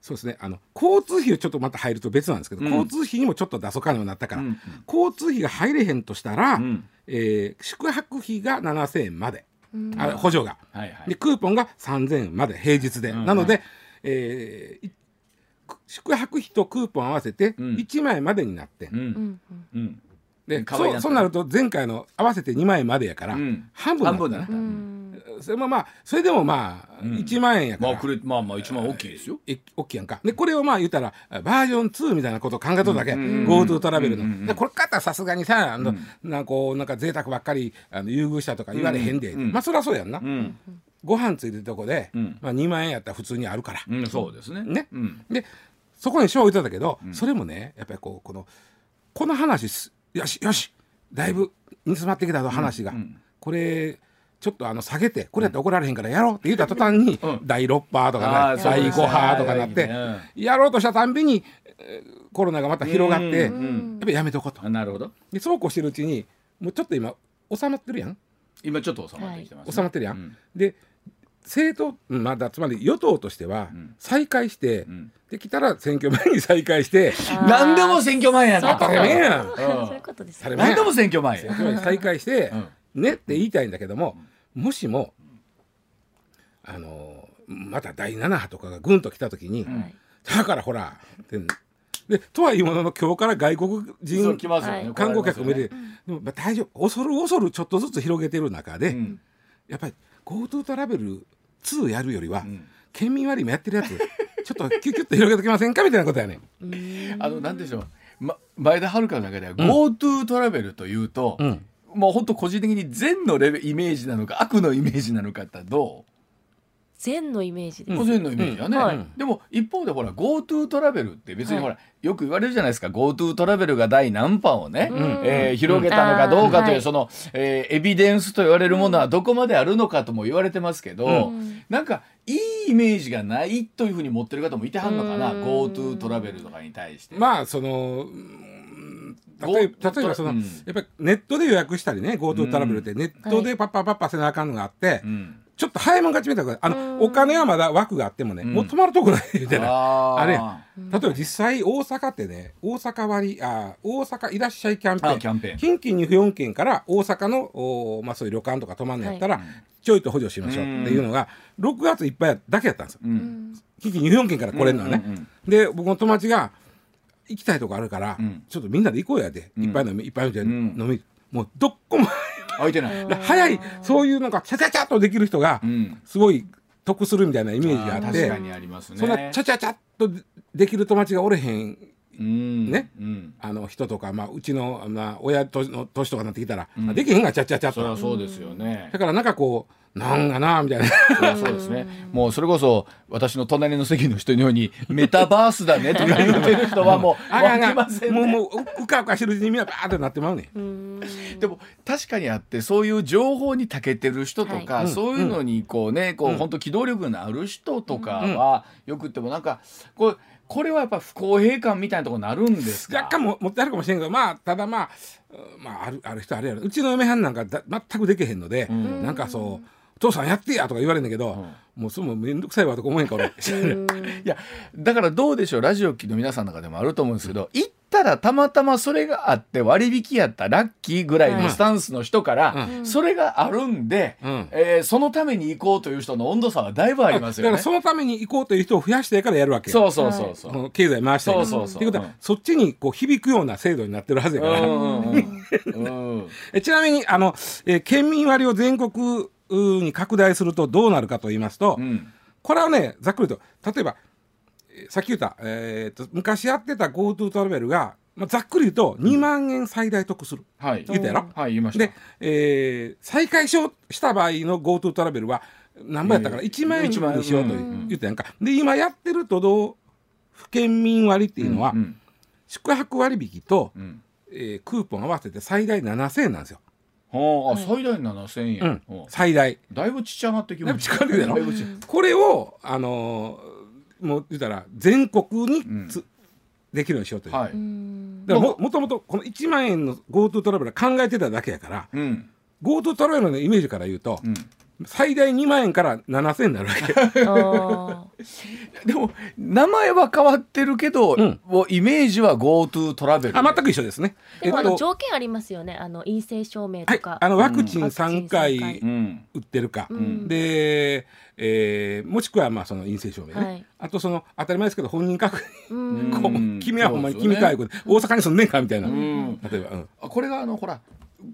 Speaker 3: そうですねあの交通費をちょっとまた入ると別なんですけど、
Speaker 1: うん
Speaker 3: 交通費にもちょっと出そうかにもなったから、
Speaker 1: うんうん
Speaker 3: 交通費が入れへんとしたら、
Speaker 1: うん
Speaker 3: えー宿泊費が7000円まで、
Speaker 2: うん
Speaker 3: あ補助が、
Speaker 1: はいは
Speaker 3: で
Speaker 1: い
Speaker 3: クーポンが3000円まで平日で、
Speaker 1: うん
Speaker 3: なので、えーい宿泊費とクーポン合わせて
Speaker 1: うん
Speaker 3: 1枚までになって、
Speaker 1: う
Speaker 2: うんんうん
Speaker 1: うん
Speaker 3: で
Speaker 1: 可愛いな
Speaker 3: そうそうなると前回の合わせて2枚までやから、
Speaker 1: うん
Speaker 3: 半分
Speaker 1: 半分だな
Speaker 3: なっ
Speaker 2: う
Speaker 3: たね
Speaker 2: ん
Speaker 3: それもまあそれでもまあ、
Speaker 1: うん
Speaker 3: 1万円やか
Speaker 1: ま
Speaker 3: ら、
Speaker 1: あくれまあまあ一番大きいですよ
Speaker 3: え大きいやんかでこれをまあ言ったらバージョン2みたいなことを考えとるだけ、
Speaker 1: うん
Speaker 3: GoTo トラベルの、
Speaker 1: うんうんうん
Speaker 3: でこれ買ったらさすがにさあの、
Speaker 1: うん
Speaker 3: なんかこうなんか贅沢ばっかりあの優遇したとか言われへんで、
Speaker 1: うんうん
Speaker 3: まあそりゃそうやんな、
Speaker 1: うん
Speaker 3: ご飯ついてるとこで、
Speaker 1: うん
Speaker 3: まあ、2万円やったら普通にあるから、
Speaker 1: うんそうですね
Speaker 3: ね
Speaker 1: うん
Speaker 3: でそこに賞を置いてたけど、それもねやっぱりこうこのこの話すよしよしだいぶ煮詰まってきたと話が、
Speaker 1: うん
Speaker 3: これちょっとあの下げてこれやったら怒られへんからやろうって言った途端に、
Speaker 1: うん
Speaker 3: 第6波とか、
Speaker 1: あー
Speaker 3: ね、
Speaker 1: そう
Speaker 3: 第
Speaker 1: ですね
Speaker 3: 5波とかなって、
Speaker 1: いいね
Speaker 3: やろうとしたたんびにえーコロナがまた広がって、
Speaker 1: うんうん
Speaker 3: やっ [LAUGHS] ぱりやめとこうと
Speaker 1: あ。なるほど
Speaker 3: でそうこうしてるうちにもうちょっと今収まってるやん
Speaker 1: 今ちょっと収まってきてますね
Speaker 3: 収まってるやん。
Speaker 1: うん
Speaker 3: で政党、うんまあだ、つまり与党としては
Speaker 1: うん
Speaker 3: 再開して、
Speaker 1: うん
Speaker 3: できたら選挙前に再
Speaker 1: [LAUGHS]
Speaker 3: 開して
Speaker 1: 何でも選挙前や
Speaker 2: そうい
Speaker 1: な
Speaker 2: うこと
Speaker 3: 当たり前やん
Speaker 2: そういうことです
Speaker 3: 当たり前
Speaker 1: 何でも選挙前
Speaker 3: 選
Speaker 1: や
Speaker 3: 挙前に再開して、ねって言いたいんだけどももしもあのーまた第7波とかがぐんと来た時に、
Speaker 2: はい
Speaker 3: だからほらってでとはいうものの今日から外国
Speaker 1: そ
Speaker 3: 人
Speaker 1: う来ますよね
Speaker 2: はい
Speaker 1: 来ら
Speaker 3: 観
Speaker 1: れま
Speaker 3: 光
Speaker 1: す
Speaker 3: 客
Speaker 1: よ
Speaker 3: もい
Speaker 1: ね
Speaker 3: る、でもまあ大丈夫恐る恐るちょっとずつ広げてる中で、
Speaker 1: うん
Speaker 3: やっぱり GoTo トラベル2やるよりは、
Speaker 1: ん
Speaker 3: 県民割もやってるやつ [LAUGHS] ちょっとキュキュッと広げてきませんかみたいなことやねん
Speaker 1: あのなんでしょう、ま、前田遥の中では GoTo トラベルというと、
Speaker 3: ん
Speaker 1: もう本当個人的に善のレベイメージなのか悪のイメージなのかってど
Speaker 2: 善のイメージ
Speaker 1: う、
Speaker 2: です
Speaker 1: もう善のイメージだね、
Speaker 2: うんはい
Speaker 1: でも一方でほら GoTo トラベルって別に
Speaker 2: はい
Speaker 1: ほら、よく言われるじゃないですか GoTo トラベルが第何波をね、
Speaker 2: うん
Speaker 1: えー広げたのかどうかという、
Speaker 2: うん
Speaker 1: その、えーエビデンスと言われるものはどこまであるのかとも言われてますけど、
Speaker 2: ん
Speaker 1: なんかいいイメージがないというふうに持ってる方もいてはんのかな
Speaker 2: うん
Speaker 1: GoTo トラベルとかに対して。
Speaker 3: まあそのうーん例え
Speaker 1: ゴー
Speaker 3: ば例えばその、
Speaker 1: うん
Speaker 3: やっぱりネットで予約したりね GoTo トラベルってネットでパッパパッパせなあかんのがあって、
Speaker 1: うん
Speaker 3: ちょっと早いもん勝ちみたいなあのお金はまだ枠があってもね、
Speaker 1: うん
Speaker 3: もう泊まるとこないみたいな。
Speaker 1: あー
Speaker 3: あれ例えば実際大阪ってね大阪割あー大阪いらっしゃいキャンペー
Speaker 1: あ
Speaker 3: ン
Speaker 1: キャンペーン
Speaker 3: 近畿に不4県から大阪のおー、まあ、そういう旅館とか泊まんのやったら、ちょいと補助しましょうっていうのが6月いっぱいだけやったんですよ
Speaker 1: うん
Speaker 3: 近畿に不4県から来れるのはね、
Speaker 1: うんうんうん
Speaker 3: で僕の友達が行きたいとこあるから、
Speaker 1: うん
Speaker 3: ちょっとみんなで行こうやで、いっぱい飲みいっぱい飲み、
Speaker 1: ん
Speaker 3: 飲みもうどっこも
Speaker 1: 開いてない。
Speaker 3: 早いそういうなんかチャチャチャっとできる人が
Speaker 1: うん
Speaker 3: すごい得するみたいなイメージが
Speaker 1: あー
Speaker 3: あっ
Speaker 1: 確
Speaker 3: て、
Speaker 1: かにありますね。
Speaker 3: そんなチャチャチャっとできる友達がおれへん
Speaker 1: うん
Speaker 3: ね
Speaker 1: うん
Speaker 3: あの人とか、まあ、うちの、まあ、親との年とかになってきたら、あできへんがチャチャチャっ
Speaker 1: そりゃ
Speaker 3: と
Speaker 1: そうですよね
Speaker 3: だ。からなんかこうなんかな
Speaker 1: [LAUGHS]
Speaker 3: みたいな
Speaker 1: そりゃそうですね。もうそれこそ私の隣の席の人のようにメタバースだねとか言ってる人はもう
Speaker 3: あが
Speaker 1: わ
Speaker 3: あ
Speaker 1: き
Speaker 3: が
Speaker 1: ません
Speaker 3: もう
Speaker 1: ね。
Speaker 3: もううかうかしてるうちにみんなバーってなってまうねん
Speaker 1: でも確かにあってそういう情報に長けてる人とか、そういうのにこうね、こう本当機動力のある人とかは、よくってもなんかこれこれはやっぱ不公平感みたいなところになるんですか。
Speaker 3: 若干も持ってあるかもしれんけどまあただまあ、うんまあ、あるある人あれやろうちの嫁はんなんかだ全くできへんので、なんかそう「お父さんやってや」とか言われんだけど、もうそれも面倒くさいわとか思えんから俺 [LAUGHS]
Speaker 1: いやだからどうでしょうラジオ機の皆さんの中でもあると思うんですけど行ったらたまたまそれがあって割引やったラッキーぐらいのスタンスの人から、それがあるんで、
Speaker 3: うん
Speaker 1: えーそのために行こうという人の温度差はだいぶあります
Speaker 3: だ
Speaker 1: よ
Speaker 3: から
Speaker 1: ね。
Speaker 3: そのために行こうという人を増やしてからやるわけよ
Speaker 1: そうそうそうそう。
Speaker 3: この経済回して
Speaker 1: そうそうそう
Speaker 3: っていうこと
Speaker 1: う
Speaker 3: は、
Speaker 1: ん
Speaker 3: そっちにこう響くような制度になってるはずや
Speaker 1: う
Speaker 3: から、
Speaker 1: んうんうん
Speaker 3: えちなみにあの、えー県民割を全国うに拡大するとどうなるかと言いますと、
Speaker 1: うん
Speaker 3: これはねざっくりと例えばえーさっき言った、えーと昔やってた GoTo トラベルが、まあ、ざっくり言うと2万円最大得する、
Speaker 1: はい
Speaker 3: 言ったやろ
Speaker 1: はい言いました
Speaker 3: で、えー再開しようした場合の GoTo トラベルは何倍やったから
Speaker 1: えー
Speaker 3: 1万円
Speaker 1: 1万円
Speaker 3: にしようと
Speaker 1: う
Speaker 3: い
Speaker 1: ん
Speaker 3: う言ったやんか、で今やってる都道府県民割っていうのは、
Speaker 1: うん
Speaker 3: 宿泊割引と、
Speaker 1: うん
Speaker 3: えークーポン合わせて最大7000円なんですよ、
Speaker 1: はああ最大7000円、
Speaker 3: うん
Speaker 1: お
Speaker 3: 最大
Speaker 1: だいぶちっちゃなってきました
Speaker 3: だいぶ近くやろ
Speaker 1: だいぶちっちゃ
Speaker 3: これをあのーもう言ったら全国につ、
Speaker 1: う
Speaker 3: できるようにしようという、
Speaker 1: はい、
Speaker 3: だからももともとこの1万円の GoTo トラベルは考えてただけやから
Speaker 1: うん
Speaker 3: GoTo トラベルのイメージから言うと、
Speaker 1: うん
Speaker 3: 最大2万円から7000円になるわけ
Speaker 1: でも名前は変わってるけど、
Speaker 3: うん
Speaker 1: もうイメージは GoTo トラベル
Speaker 3: あ全く一緒ですね
Speaker 4: でもあの
Speaker 3: は
Speaker 4: 条件ありますよね。あの陰性証明と
Speaker 3: い、
Speaker 4: か。
Speaker 3: あのワクチン
Speaker 4: ワクチン
Speaker 3: 3
Speaker 4: 3
Speaker 3: 回
Speaker 4: 回
Speaker 1: うん
Speaker 3: 打ってるか、
Speaker 4: ん
Speaker 3: で、えーもしくはまあその陰性証明ね、
Speaker 4: はい
Speaker 3: あとその当たり前ですけど本人確
Speaker 4: う
Speaker 1: うんん
Speaker 3: 認、こう君はほんまに君かい
Speaker 1: そう
Speaker 3: ことで大阪に住んでんかみたいな、
Speaker 1: ですよね
Speaker 3: 例えば、うん、
Speaker 1: うんこれがあのほら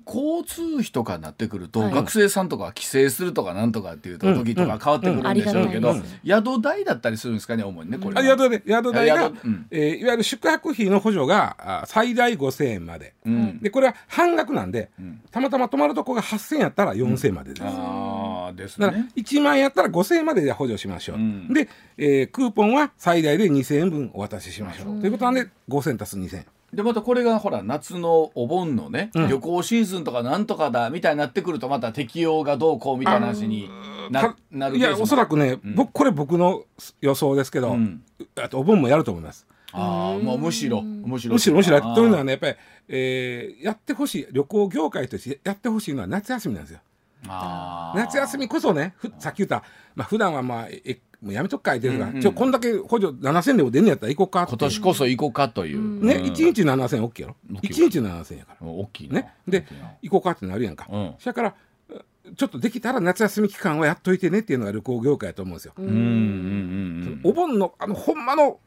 Speaker 1: 交通費とかになってくると、
Speaker 4: はい
Speaker 1: 学生さんとかは帰省するとかなんとかっていうと
Speaker 3: うん
Speaker 1: 時とか変わってくるんでしょうけど、
Speaker 4: ありがたいで
Speaker 1: 宿代だったりするんですかね主にねこれは
Speaker 3: あ宿で宿代
Speaker 1: あ
Speaker 3: が
Speaker 1: 宿うん
Speaker 3: えーいわゆる宿泊費の補助があ最大5000円まで
Speaker 1: うん
Speaker 3: でこれは半額なんで、
Speaker 1: ん
Speaker 3: たまたま泊まるとこが8000円やったら4000円までです、
Speaker 1: ああです
Speaker 3: だから
Speaker 1: ね
Speaker 3: 1万円やったら5000円までで補助しましょう、
Speaker 1: うん
Speaker 3: で、えークーポンは最大で2000円分お渡ししましょう、ということなんで5000足す2000円
Speaker 1: でまたこれがほら夏のお盆のね、
Speaker 3: うん
Speaker 1: 旅行シーズンとかなんとかだみたいになってくるとまた適用がどうこうみたいな話にな
Speaker 3: た
Speaker 1: なる
Speaker 3: いやおそら
Speaker 1: く
Speaker 3: くね、僕これ僕の予想ですけど、
Speaker 1: うん
Speaker 3: あとお盆もやると思います
Speaker 1: ああもうむしろむしろ
Speaker 3: むしろむしろというのはねやっぱり、えーやってほしい旅行業界としてやってほしいのは夏休みなんですよ
Speaker 1: あー
Speaker 3: 夏休みこそねふさっき言った、まあ普段はまあえもうやめとくか言ってるから、
Speaker 1: うんうん
Speaker 3: ちょこんだけ補助7000でも出んねやったら行こうかって
Speaker 1: 今年こそ行こうかという
Speaker 3: ね、
Speaker 1: うん
Speaker 3: 一1日7000大きいやろ
Speaker 1: 大きい
Speaker 3: 1日7000やから
Speaker 1: 大きいな
Speaker 3: ねで行こうかってなるやんか、
Speaker 1: うん
Speaker 3: そやからうちょっとできたら夏休み期間はやっといてねっていうのが旅行業界やと思うんですよ、
Speaker 1: うんうんうんうん
Speaker 3: お盆のあのほんまの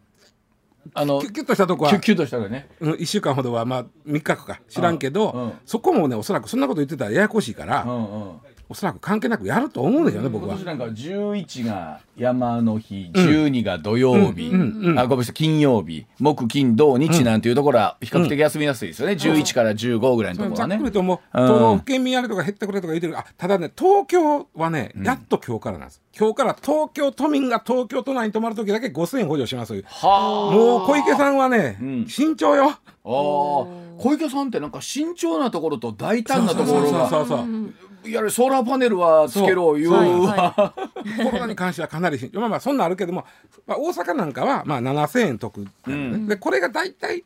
Speaker 1: あの
Speaker 3: キ
Speaker 1: キ
Speaker 3: ュッキュッとしたとこは
Speaker 1: ュッキュッとしたらね
Speaker 3: うん、1週間ほどはまあ3日か知らんけど、
Speaker 1: うんうん
Speaker 3: そこもねおそらくそんなこと言ってたらややこしいから、
Speaker 1: うんうん
Speaker 3: おそらく関係なくやると思うんですよね、僕
Speaker 1: 今
Speaker 3: は
Speaker 1: 年。なんか11が山の日、12が土曜日、
Speaker 3: うんうんうん
Speaker 1: あごめんなさい金曜日木金土日なんていうところは比較的休みやすいですよね、11から15ぐらいのところ
Speaker 3: ざ
Speaker 1: は
Speaker 3: っ
Speaker 1: ね。
Speaker 3: くりともう、
Speaker 1: うん
Speaker 3: 東北県民割とか減ってくれとか言ってるあただね東京はね、やっと今日からなんです今日から東京都民が東京都内に泊まる時だけ5000円補助しますという
Speaker 1: はあ
Speaker 3: もう小池さんはね、
Speaker 1: うん
Speaker 3: 慎重よ
Speaker 1: あー小池さんってなんか慎重なところと大胆なところ
Speaker 3: そう
Speaker 1: が
Speaker 3: そうそうそう
Speaker 1: いわゆるソーラーパネルはつけろいう、
Speaker 4: はいは
Speaker 3: コロナに関してはかなり慎重まあまあそんなんあるけども、まあ、大阪なんかはまあ7000円得なのね、でこれが大体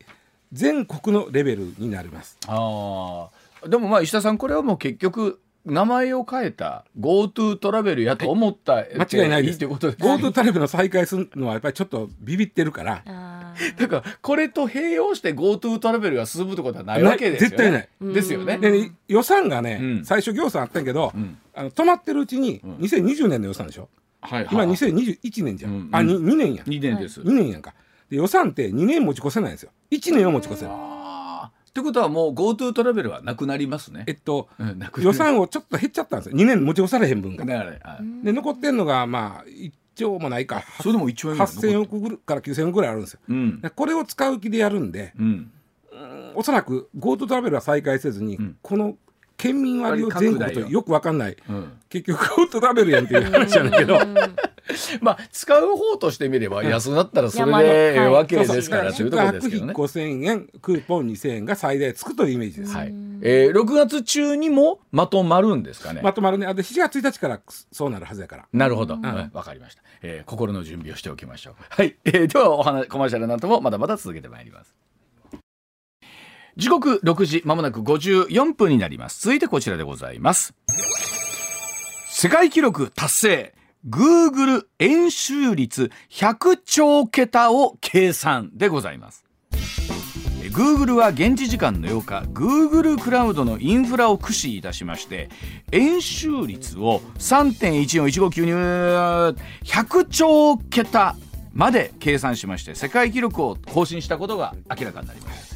Speaker 3: 全国のレベルになります。
Speaker 1: [LAUGHS] ああでもまあ石田さんこれはもう結局名前を変えた GoTo トラベルやと思った、
Speaker 3: 間違いないです
Speaker 1: ってことです
Speaker 3: GoTo タレブの再開するのはやっぱりちょっとビビってるから、
Speaker 4: あ
Speaker 1: だからこれと併用して GoTo トラベルが進むってことはないわけですよね
Speaker 3: 絶対ない。
Speaker 4: ー
Speaker 1: ですよね
Speaker 3: でね予算がね、
Speaker 1: うん
Speaker 3: 最初予算あったんやけど、
Speaker 1: うん
Speaker 3: あの止まってるうちに
Speaker 1: ん
Speaker 3: 2020年の予算でしょ、
Speaker 1: はい
Speaker 3: 今2021年じゃん、
Speaker 1: うん
Speaker 3: あに 2, 年や
Speaker 1: 二年です、
Speaker 3: 2年やんかで予算って2年持ち越せないんですよ1年を持ち越せる
Speaker 1: あーってことはもう GoTo トラベルはなくなりますね
Speaker 3: えっと
Speaker 1: うんなくな
Speaker 3: 予算をちょっと減っちゃったんですよ2年持ち越されへん分が、
Speaker 1: だからねあ
Speaker 3: で残ってんのがまあ1兆もないか
Speaker 1: それでも1円ぐらい残って
Speaker 3: 8000億ぐるから9000億ぐらいあるんですよ
Speaker 1: うん
Speaker 3: でこれを使う気でやるんで
Speaker 1: うん
Speaker 3: おそらく GoTo トラベルは再開せずに、
Speaker 1: うん
Speaker 3: この県民割を全国というよくわかんない
Speaker 1: うん、
Speaker 3: 結局 GoTo トラベルやんっていう話なんだけど
Speaker 1: [LAUGHS] まあ使う方としてみれば安なったらそれ
Speaker 4: いやまあ
Speaker 1: でええ
Speaker 4: はい
Speaker 1: わけ
Speaker 4: そうそう
Speaker 1: ですから
Speaker 3: だ
Speaker 1: と
Speaker 3: か
Speaker 1: いうとこ
Speaker 3: ら
Speaker 1: ろですけどね。
Speaker 3: 宿泊費5000円クーポン2000円が最大つくというイメージです、
Speaker 1: はいえー、6月中にもまとまるんですかね。
Speaker 3: まとまるねあで7月1日からそうなるはずやから
Speaker 1: なるほど、はいわかりました、えー心の準備をしておきましょう。はい、 [LAUGHS] えーではお話コマーシャルなんともまだまだ続けてまいります。時刻6時まもなく54分になります。続いてこちらでございます。世界記録達成。Google 円周率100兆桁を計算でございます。え Google は現地時間の8日 Google クラウドのインフラを駆使いたしまして円周率を3.141592うー100兆桁まで計算しまして世界記録を更新したことが明らかになりました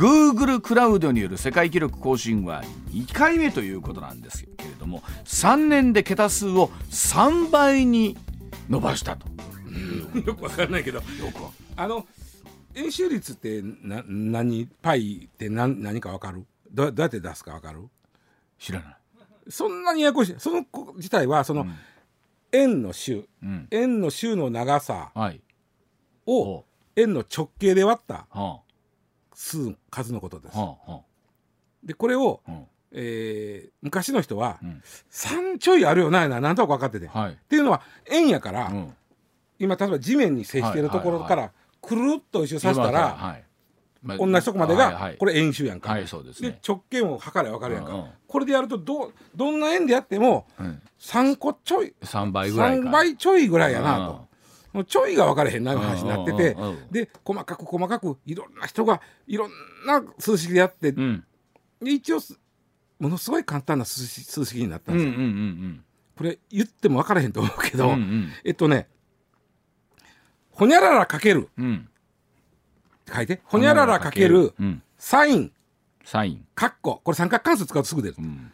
Speaker 1: Google クラウドによる世界記録更新は2回目ということなんですけれども3年で桁数を3倍に伸ばしたと
Speaker 3: [LAUGHS] よくわかんないけどあの円周率ってな何パイって何何かわかるどどうやって出すかわかる
Speaker 1: 知らない、
Speaker 3: そんなにややこしいその子自体はその、円の周
Speaker 1: うん、
Speaker 3: 円の周の長さ
Speaker 1: はい
Speaker 3: を
Speaker 1: ほ
Speaker 3: 円の直径で割った
Speaker 1: うは
Speaker 3: 数数のことで
Speaker 1: あ
Speaker 3: す。
Speaker 1: はあは
Speaker 3: でこれを、
Speaker 1: あうん
Speaker 3: えー昔の人は、
Speaker 1: うん
Speaker 3: 3ちょいあるよななんとなく分かってて。っ
Speaker 1: はい
Speaker 3: ていうのは円やから、
Speaker 1: うん
Speaker 3: 今例えば地面に接しているところから、くるっと一周させたら、
Speaker 1: はいまあ
Speaker 3: 同じとこまで
Speaker 1: はいは
Speaker 3: が
Speaker 1: い
Speaker 3: これ円周やんか。
Speaker 1: はいそうですね
Speaker 3: で直径も測れば分かるやんか、
Speaker 1: うんうん
Speaker 3: これでやるとどうどんな円でやっても
Speaker 1: うん
Speaker 3: 3個ちょい
Speaker 1: 3倍ぐらいか
Speaker 3: 3倍ちょいぐらいやなと。もうちょいが分かれへんないう話になってて
Speaker 1: うんうんうんうん
Speaker 3: で細かく細かくいろんな人がいろんな数式でやって、
Speaker 1: うん
Speaker 3: で一応すものすごい簡単な数式数式になったん
Speaker 1: うん
Speaker 3: で
Speaker 1: うん
Speaker 3: す
Speaker 1: う
Speaker 3: よ、
Speaker 1: ん
Speaker 3: これ言っても分からへんと思うけ
Speaker 1: うんう
Speaker 3: ど、
Speaker 1: ん
Speaker 3: えっとね「ほにゃららかける」
Speaker 1: うんうん
Speaker 3: って書いて「ほにゃららかける
Speaker 1: うん
Speaker 3: サイン
Speaker 1: サイン
Speaker 3: カッコ」これ三角関数使うとすぐ出る
Speaker 1: う、ん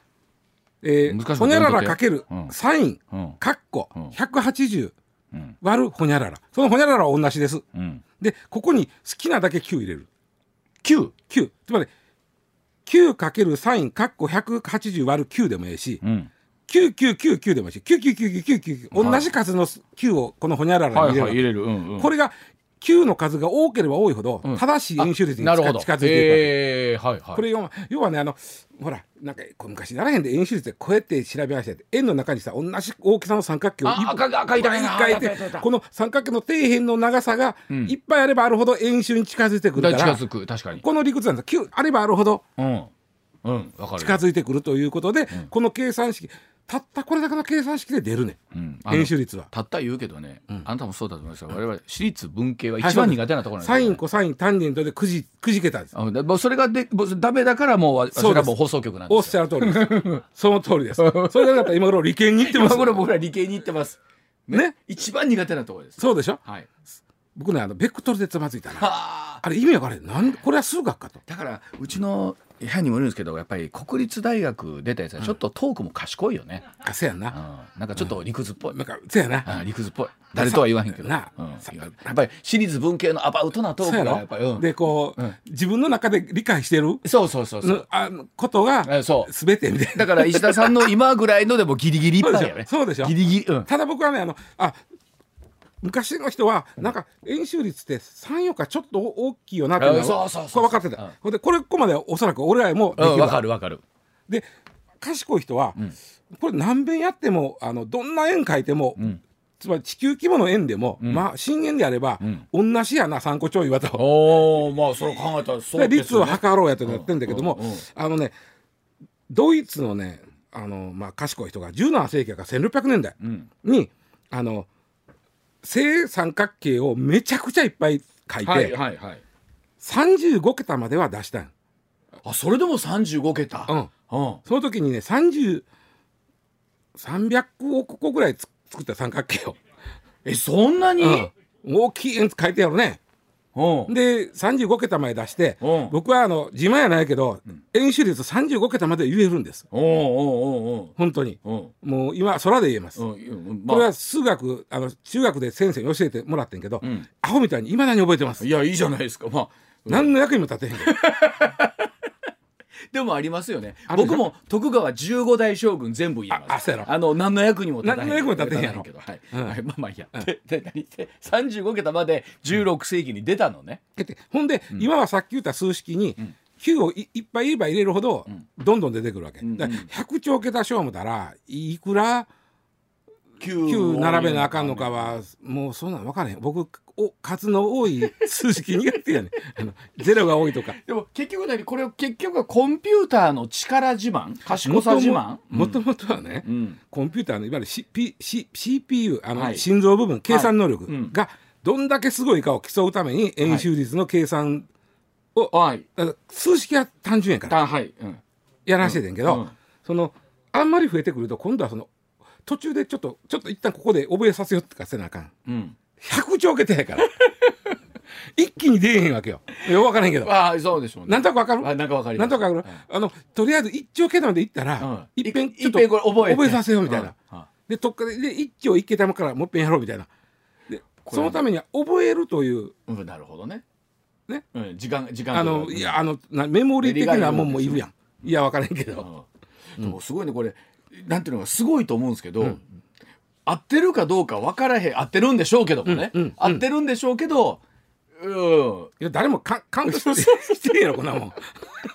Speaker 3: え
Speaker 1: 難しい
Speaker 3: ー、ほにゃららかける
Speaker 1: うん
Speaker 3: サイン
Speaker 1: うん
Speaker 3: カッコ
Speaker 1: うん
Speaker 3: 180
Speaker 1: うん
Speaker 3: 割るほにゃららそのほにゃららは同じです
Speaker 1: うん
Speaker 3: でここに好きなだけ9入れる
Speaker 1: 9
Speaker 3: 9つまり 9× サインカッコ180割る9でもいいし、
Speaker 1: うん
Speaker 3: 9999でもいいし99999同じ数の9をこのほにゃららに
Speaker 1: は
Speaker 3: 入れ
Speaker 1: いはい
Speaker 3: る、
Speaker 1: 入れるうんうん
Speaker 3: これが9の数が多ければ多いほど
Speaker 1: うん
Speaker 3: 正しい円周率に
Speaker 1: あな
Speaker 3: 近,、
Speaker 1: るほど
Speaker 3: づいていくわけ、
Speaker 1: えーはいはい
Speaker 3: これ要は要はねあのほらなんかこう昔ならへんで円周率でこうやって調べましたって円の中にさ同じ大きさの三角形を
Speaker 1: あ赤い赤いだね
Speaker 3: 変えてこの三角形の底辺の長さが
Speaker 1: うん
Speaker 3: いっぱいあればあるほど円周に近づいてくる
Speaker 1: だ
Speaker 3: か、
Speaker 1: からら近づく確かに
Speaker 3: この理屈なんです9あればあるほど
Speaker 1: うんうんわかる
Speaker 3: 近づいてくるということで、この計算式たったこれだけの計算式で出るね
Speaker 1: うんあの
Speaker 3: 円周率は。
Speaker 1: たった言うけどね
Speaker 3: ん
Speaker 1: あなたもそうだと思いますが我々私立文系は
Speaker 3: はい
Speaker 1: 一
Speaker 3: そ
Speaker 1: 番
Speaker 3: うです
Speaker 1: 苦手なところなんですよ
Speaker 3: サイ
Speaker 1: ね
Speaker 3: ン、コサイン、単ジェントでくじ、くじけたんです。
Speaker 1: あでもうそれがでもうダメだからもうわ
Speaker 3: そう
Speaker 1: 私が
Speaker 3: です
Speaker 1: もう放送局なん
Speaker 3: お
Speaker 1: で
Speaker 3: っ
Speaker 1: す
Speaker 3: し
Speaker 1: よ。
Speaker 3: ゃる通りです。その通りです。
Speaker 1: [LAUGHS]
Speaker 3: それがだったら今頃理研に行ってま
Speaker 1: 今
Speaker 3: す。
Speaker 1: 頃僕ら理系に行ってます。
Speaker 3: ね。
Speaker 1: 一番苦手なところです。
Speaker 3: そうでしょ
Speaker 1: はい。
Speaker 3: 僕ね、あの、ベクトルでつまずい
Speaker 1: [LAUGHS]
Speaker 3: たな。
Speaker 1: はあ。
Speaker 3: あれ意味わかれへん。なんで、これは数学かと。
Speaker 1: だからうちの部屋にもいるんですけどやっぱり国立大学出たやつはちょっとトークも賢いよね。
Speaker 3: あ、せやん
Speaker 1: うん
Speaker 3: な。
Speaker 1: なんかちょっと理屈っぽい。
Speaker 3: なんか、せやな。
Speaker 1: あ理屈っぽい。誰とは言わへんけど。
Speaker 3: な
Speaker 1: うん
Speaker 3: さ
Speaker 1: やっぱり私立文系のアバウトなトー
Speaker 3: そ
Speaker 1: ク
Speaker 3: うや
Speaker 1: がやっぱり。う
Speaker 3: ろ
Speaker 1: ん
Speaker 3: で、こう
Speaker 1: うん、
Speaker 3: 自分の中で理解してる
Speaker 1: そうそうそうそう。
Speaker 3: のあのことが
Speaker 1: えそう
Speaker 3: 全てみたいな。
Speaker 1: だから石田さんの今ぐらいのでもギリギリいっぱいやね。
Speaker 3: そうでしょそ
Speaker 1: ギ
Speaker 3: うでしょ
Speaker 1: リギリ。うん。
Speaker 3: ただ僕はね、あの、あ、昔の人は、なんか、円周率って3、4日ちょっと大きいよなっていの
Speaker 1: あ
Speaker 3: は
Speaker 1: そうそうそう
Speaker 3: これ分かって
Speaker 1: うん
Speaker 3: た。ほんで、これ、ここまではおそらく俺らもでき
Speaker 1: うん
Speaker 3: る
Speaker 1: わ
Speaker 3: わ
Speaker 1: かるわかる。
Speaker 3: で賢い人は、これ何遍やってもあのどんな円書いても、つまり地球規模の円でも、まあ震源であれば、同じやな参考ちょいはと。
Speaker 1: おおまあそれを考えたらそう
Speaker 3: で
Speaker 1: です
Speaker 3: 率を
Speaker 1: よね
Speaker 3: 測ろうやってなってんだけども、
Speaker 1: うんうんうん
Speaker 3: あのねドイツのねあの、まあ、賢い人が17世紀から1600年代
Speaker 1: うん
Speaker 3: に、あの正三角形をめちゃくちゃいっぱい書いて、
Speaker 1: はいはいはい
Speaker 3: 35桁までは出したん、
Speaker 1: あそれでも35桁
Speaker 3: うん、
Speaker 1: うん
Speaker 3: その時にね300億個ぐらいつ作った三角形を、
Speaker 1: えそんなに
Speaker 3: うん大きい円書いてやろうね。
Speaker 1: うん
Speaker 3: で35桁まで出して、
Speaker 1: うん
Speaker 3: 僕はあの自慢やないけど、円周率35桁まで言えるんです
Speaker 1: おお
Speaker 3: 本当に。
Speaker 1: おおお
Speaker 3: もう今空で言えます、
Speaker 1: うんうん
Speaker 3: これ
Speaker 1: まあ
Speaker 3: は数学あの中学で先生に教えてもらってんけど、
Speaker 1: ん
Speaker 3: アホみたいにいまだに覚えてます、
Speaker 1: いやいいじゃないですかまあ
Speaker 3: 何の役にも立てへんけど
Speaker 1: [LAUGHS] でもありますよね
Speaker 3: あるでし
Speaker 1: 僕
Speaker 3: ょ
Speaker 1: も徳川15代将軍全部言います
Speaker 3: ああそうやろ
Speaker 1: あの何の役にも立たない
Speaker 3: 何の役にも立てへんやろ
Speaker 1: けどはい、
Speaker 3: うん
Speaker 1: はいまあまあいいや、でで何で35桁まで16世紀に出たのね、
Speaker 3: ほんで、今はさっき言った数式に、9をいいっぱい言えば入れるほど、どんどん出てくるわけ、
Speaker 1: んうん
Speaker 3: だから100兆桁勝負たらいくら
Speaker 1: 9
Speaker 3: 9並べなあかんのかはもうそんなん分からへん僕お数の多い数式苦手
Speaker 1: [LAUGHS]
Speaker 3: やねんあのゼロが多いとか
Speaker 1: でも結局何これを結局はコンピューターの力自慢賢さ自慢
Speaker 3: もともとはね、
Speaker 1: うん
Speaker 3: コンピューターのいわゆる、C P C、CPU あの、
Speaker 1: はい
Speaker 3: 心臓部分計算能力
Speaker 1: はいうん
Speaker 3: がどんだけすごいかを競うために円周率の計算、
Speaker 1: はい
Speaker 3: だから数式は単純やから
Speaker 1: たはい、うん、
Speaker 3: やらしててんけど、
Speaker 1: うん
Speaker 3: そのあんまり増えてくると今度はその途中でちょっとちょっと一旦ここで覚えさせようとかせなあかん
Speaker 1: うん、
Speaker 3: 100兆桁やから
Speaker 1: [LAUGHS]
Speaker 3: 一気に出えへんわけよよく分からへんけど
Speaker 1: ああそうでしょうね
Speaker 3: なんとなくわかる
Speaker 1: あなんかわかり
Speaker 3: な
Speaker 1: ます
Speaker 3: んとなくわかる、あのとりあえず1兆桁までいったら、
Speaker 1: うん
Speaker 3: いっぺん
Speaker 1: いっぺんこれ覚えて
Speaker 3: させようみたいな、
Speaker 1: うんうん
Speaker 3: でとっかでで一挙一桁目からもう一遍やろうみたいなで
Speaker 1: これ
Speaker 3: そのためには覚えるという
Speaker 1: うん、なるほどね。
Speaker 3: ね、
Speaker 1: うん、時間、時間。
Speaker 3: あのいやあのなメモリー的なもんもいるやんいや分からへんけど
Speaker 1: うん、でもすごいね、これ、なんていうのがすごいと思うんですけど。合ってるかどうか分からへん、合ってるんでしょうけどもね、
Speaker 3: うんうん
Speaker 1: 合ってるんでしょうけど。うん、
Speaker 3: いや誰もかカウントしてしてへんやろこんなもん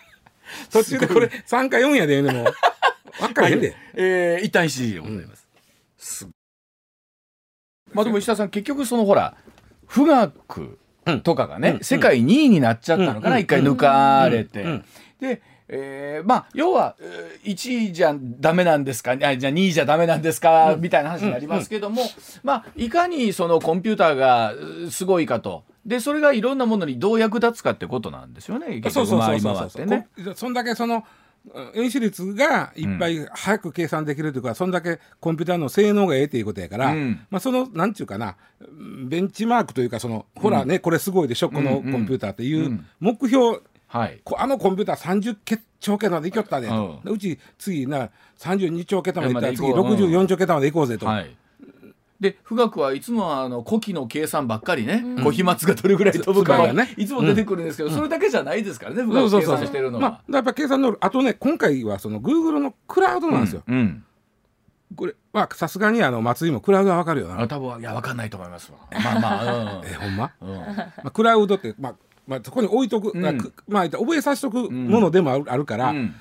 Speaker 1: [LAUGHS]
Speaker 3: 途中でこれ3か4やでええねんもう分からへんで、
Speaker 1: えー、一旦7時でございます。すまあ、でも石田さん、結局、そのほら、富岳とかがね、
Speaker 3: うん
Speaker 1: 世界2位になっちゃったのかな、
Speaker 3: うん
Speaker 1: 一回抜かれて。
Speaker 3: うんうん
Speaker 1: で、えーまあ、要は、えー1位じゃダメなんですか、あじゃあ2位じゃダメなんですか、みたいな話になりますけども、まあ、いかにそのコンピューターがうすごいかと。で、それがいろんなものにどう役立つかってことなんですよね、結
Speaker 3: そう
Speaker 1: 局
Speaker 3: そうそ
Speaker 1: 回
Speaker 3: う
Speaker 1: り
Speaker 3: そう
Speaker 1: 回
Speaker 3: そう
Speaker 1: っ
Speaker 3: そ
Speaker 1: てね。
Speaker 3: んだけそのうん円周率がいっぱい早く計算できるというか、そんだけコンピューターの性能がええということやから、
Speaker 1: うん
Speaker 3: まあ、そのなんちゅうかなうんベンチマークというかその、ほらねこれすごいでしょこのコ
Speaker 1: うんうん
Speaker 3: ンピューターっていううん目標、
Speaker 1: はい。
Speaker 3: こあのコンピューター30け兆桁までいきよったで、
Speaker 1: うん
Speaker 3: うち次な32兆桁までいったら次
Speaker 1: まで行こう
Speaker 3: 64兆桁までいこうぜと、
Speaker 1: はい。で富岳はいつもはあの古希の計算ばっかりね、小飛沫がどれぐらい飛ぶか
Speaker 3: そう
Speaker 1: は、
Speaker 3: だね
Speaker 1: いつも出てくるんですけど、それだけじゃないですからね、富
Speaker 3: そ
Speaker 1: 岳
Speaker 3: うそう
Speaker 1: 計
Speaker 3: そう
Speaker 1: 算してるの
Speaker 3: まあ、だ
Speaker 1: は。
Speaker 3: からやっぱ計算能力あとね今回はその Google のクラウドなんですよ、
Speaker 1: うん、
Speaker 3: これはさすがにあの松井もクラウドはわかるよな
Speaker 1: あ多分いやわかんないと思いますわ。まあまあ、
Speaker 3: えほんま
Speaker 1: うんうん
Speaker 3: まあ、クラウドって、まあまあ、そこに置いとく、
Speaker 1: ん
Speaker 3: まあくまあ、覚えさせとくものでもある,、あるから、
Speaker 1: うん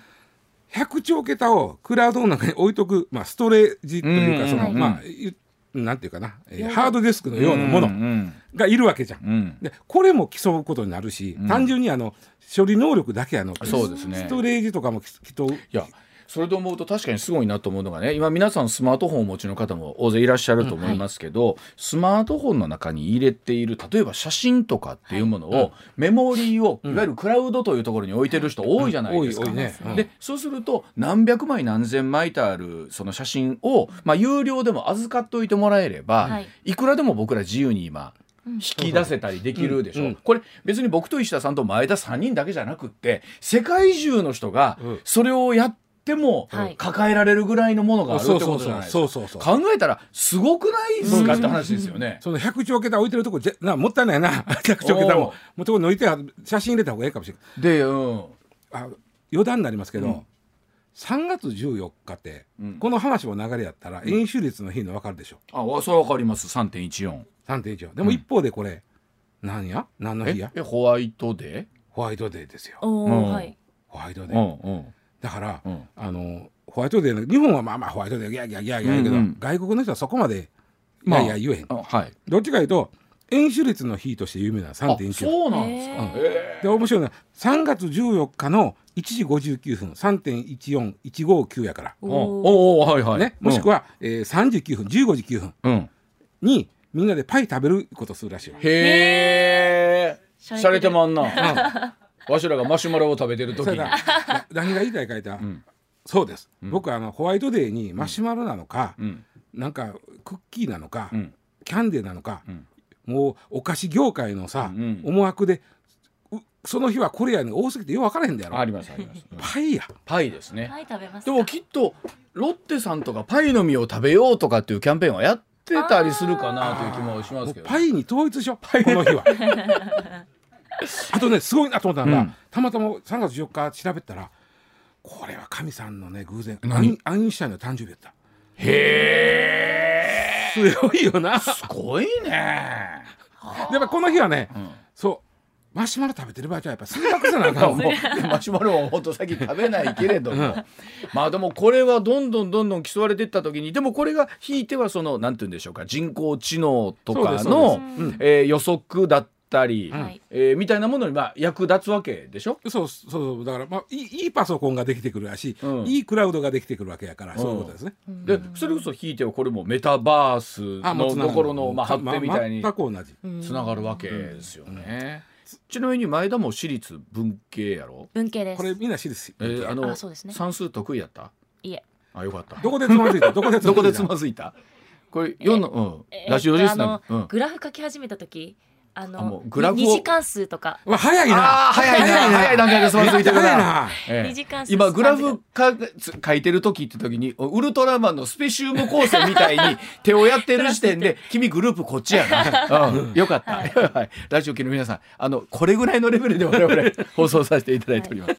Speaker 3: 100兆桁をクラウドの中に置いとく、まあ、ストレージという
Speaker 1: うん
Speaker 3: かその、
Speaker 1: はい
Speaker 3: まあ、ゆなんていうかな、えーハードディスクのようなも
Speaker 1: う
Speaker 3: の
Speaker 1: ん
Speaker 3: がいるわけじゃん。
Speaker 1: うん
Speaker 3: でこれも競うことになるし、単純にあの処理能力だけやの
Speaker 1: そうですね
Speaker 3: ストレージとかも競う。
Speaker 1: いやそれで思うと確かにすごいなと思うのがね今皆さんスマートフォンをお持ちの方も大勢いらっしゃると思いますけど、スマートフォンの中に入れている例えば写真とかっていうものを、メモリーをいわゆるクラウドというところに置いてる人多いじゃないですか。
Speaker 3: うん多い多いねうん
Speaker 1: でそうすると何百枚何千枚とあるその写真を、まあ、有料でも預かっておいてもらえれば、
Speaker 4: はい
Speaker 1: い、くらでも僕ら自由に今引き出せたりできるでしょ、
Speaker 3: うんうん
Speaker 1: これ別に僕と石田さんと前田3人だけじゃなくって世界中の人が
Speaker 3: うん
Speaker 1: それをやっても
Speaker 4: はい
Speaker 1: 抱えられるぐらいのものがあるって
Speaker 3: そう
Speaker 1: こと
Speaker 3: そう
Speaker 1: じゃ
Speaker 3: そ
Speaker 1: ないうです
Speaker 3: そ
Speaker 1: か
Speaker 3: うそうそう
Speaker 1: 考えたらすごくないですかって話ですよ
Speaker 3: [LAUGHS]
Speaker 1: ね。
Speaker 3: その100兆桁置いてるとこぜなもったいないな
Speaker 1: [LAUGHS]
Speaker 3: 100兆桁
Speaker 1: おう
Speaker 3: ももうとこに置いてある写真入れた方がいいかもしれない
Speaker 1: で、うん、
Speaker 3: あ余談になりますけど、
Speaker 1: うん
Speaker 3: 3月14日って、
Speaker 1: うん
Speaker 3: この話も流れやったら、円周率の日の分かるでしょ
Speaker 1: あそれわかります3.14。
Speaker 3: 3.1でも一方でこれ、なんや何の日
Speaker 1: え
Speaker 3: や
Speaker 1: えホワイトデ
Speaker 3: ホワイトデーですよ
Speaker 4: お
Speaker 1: うん
Speaker 4: ーはい。
Speaker 3: ホワイト
Speaker 1: ー
Speaker 3: デー、
Speaker 1: んうん
Speaker 3: だから、
Speaker 1: うん
Speaker 3: あのホワイトデーの日本はまあまあホワイトデーギャーギャーギャーギャーやけど、
Speaker 1: うんうん
Speaker 3: 外国の人はそこまでいやいや言えへん
Speaker 1: あはい
Speaker 3: どっちかいうと円周率の日として有名な
Speaker 1: あ
Speaker 3: 3.19
Speaker 1: そうなんですか
Speaker 4: へ
Speaker 1: へ
Speaker 3: で面白いのは3月14日の1時59分3.14159やから、
Speaker 1: ー
Speaker 4: お
Speaker 1: おおーはいはい
Speaker 3: ね、もしく
Speaker 1: は
Speaker 3: は、えー、39分15時9分
Speaker 1: うん
Speaker 3: にみんなでパイ食べることするらしいわ。
Speaker 1: へえ
Speaker 4: 洒落てる
Speaker 1: しゃれてまんなわしらがマシュマロを食べてる
Speaker 3: そ
Speaker 1: 時
Speaker 3: れ
Speaker 1: に
Speaker 3: だな何が言いたいか言ったら、
Speaker 1: ん
Speaker 3: そうです、僕あのホワイトデーにマシュマロなのか、
Speaker 1: うん
Speaker 3: なんかクッキーなのか、
Speaker 1: うん
Speaker 3: キャンデーなのか、
Speaker 1: うん
Speaker 3: もうお菓子業界のさ、
Speaker 1: うん
Speaker 3: 思惑でうその日はこれやね多すぎてよう分からへんだやろ
Speaker 1: ありますありますうん
Speaker 3: パイや
Speaker 1: パイですね
Speaker 4: パイ食べます
Speaker 1: で
Speaker 4: か
Speaker 1: もきっとロッテさんとかパイの実を食べようとかっていうキャンペーンはやってたりするかなという気もしますけど
Speaker 3: もうパイに統一しようこの日は
Speaker 1: [LAUGHS]
Speaker 3: あとねすごいなと思ったのが、
Speaker 1: うん
Speaker 3: たまたま3月4日調べたらこれは神さんのね偶然アイ
Speaker 1: 何
Speaker 3: ンアインシュタインの誕生日やった
Speaker 1: へえ
Speaker 3: すごいよな
Speaker 1: すごいね
Speaker 3: やっぱこの日はね、
Speaker 1: ん
Speaker 3: そうマシュマロ食べてる場合じゃやっぱ数学せなあか
Speaker 1: も
Speaker 3: ん
Speaker 1: う
Speaker 3: もう
Speaker 1: マシュマロはほんと先食べないけれどもまあでもこれはどんどんどんどん競われていった時にでもこれがひいてはそのなんて言うんでしょうか人工知能とか
Speaker 3: そう
Speaker 1: の
Speaker 3: ですそうですうん、
Speaker 1: えー予測だったり、
Speaker 4: はい
Speaker 1: えーみたいなものにまあ役立つわけでしょ
Speaker 3: そうそうそうだから、まあ、いいいいパソコンができてくるらしい、
Speaker 1: うん
Speaker 3: いいクラウドができてくるわけやから、そういうことですね。
Speaker 1: でそれこそひいてはこれもメタバース
Speaker 3: もう
Speaker 1: の
Speaker 3: 繋が
Speaker 1: と
Speaker 3: る
Speaker 1: ころのまあ発展みたいに
Speaker 3: ま全く同じ。
Speaker 1: つながるわけですよね。ちなみに前田も私立文系やろ。
Speaker 4: 文系です
Speaker 3: これみんな知るし。
Speaker 1: えーあの
Speaker 4: あそうですね
Speaker 1: 算数得意やった。
Speaker 4: いえ
Speaker 1: あよかった。
Speaker 3: どこでつまずいたどこでつまず
Speaker 1: [LAUGHS]
Speaker 3: いた
Speaker 1: どこでつまずいた。これ四のうん
Speaker 4: えー
Speaker 1: ラジオリスナ
Speaker 4: あ
Speaker 1: ーの。
Speaker 4: の
Speaker 1: うん
Speaker 4: グラフ書き始めた時あの
Speaker 1: あもうグラフを
Speaker 4: に二次関数とか
Speaker 3: うわ早
Speaker 1: あ
Speaker 3: いな
Speaker 1: あ早いな
Speaker 3: 早いな
Speaker 1: 早い段階でつまずいてる
Speaker 3: 早い
Speaker 1: な。
Speaker 3: な。
Speaker 1: ええ
Speaker 4: 二次関数
Speaker 1: 今グラフかつ書いてる時って時にウルトラマンのスペシウム光線みたいに [LAUGHS] 手をやってる時点で君グループこっちやな、うん、よかった、はい、ラジオ機の皆さんあのこれぐらいのレベルで我々放送させていただいております。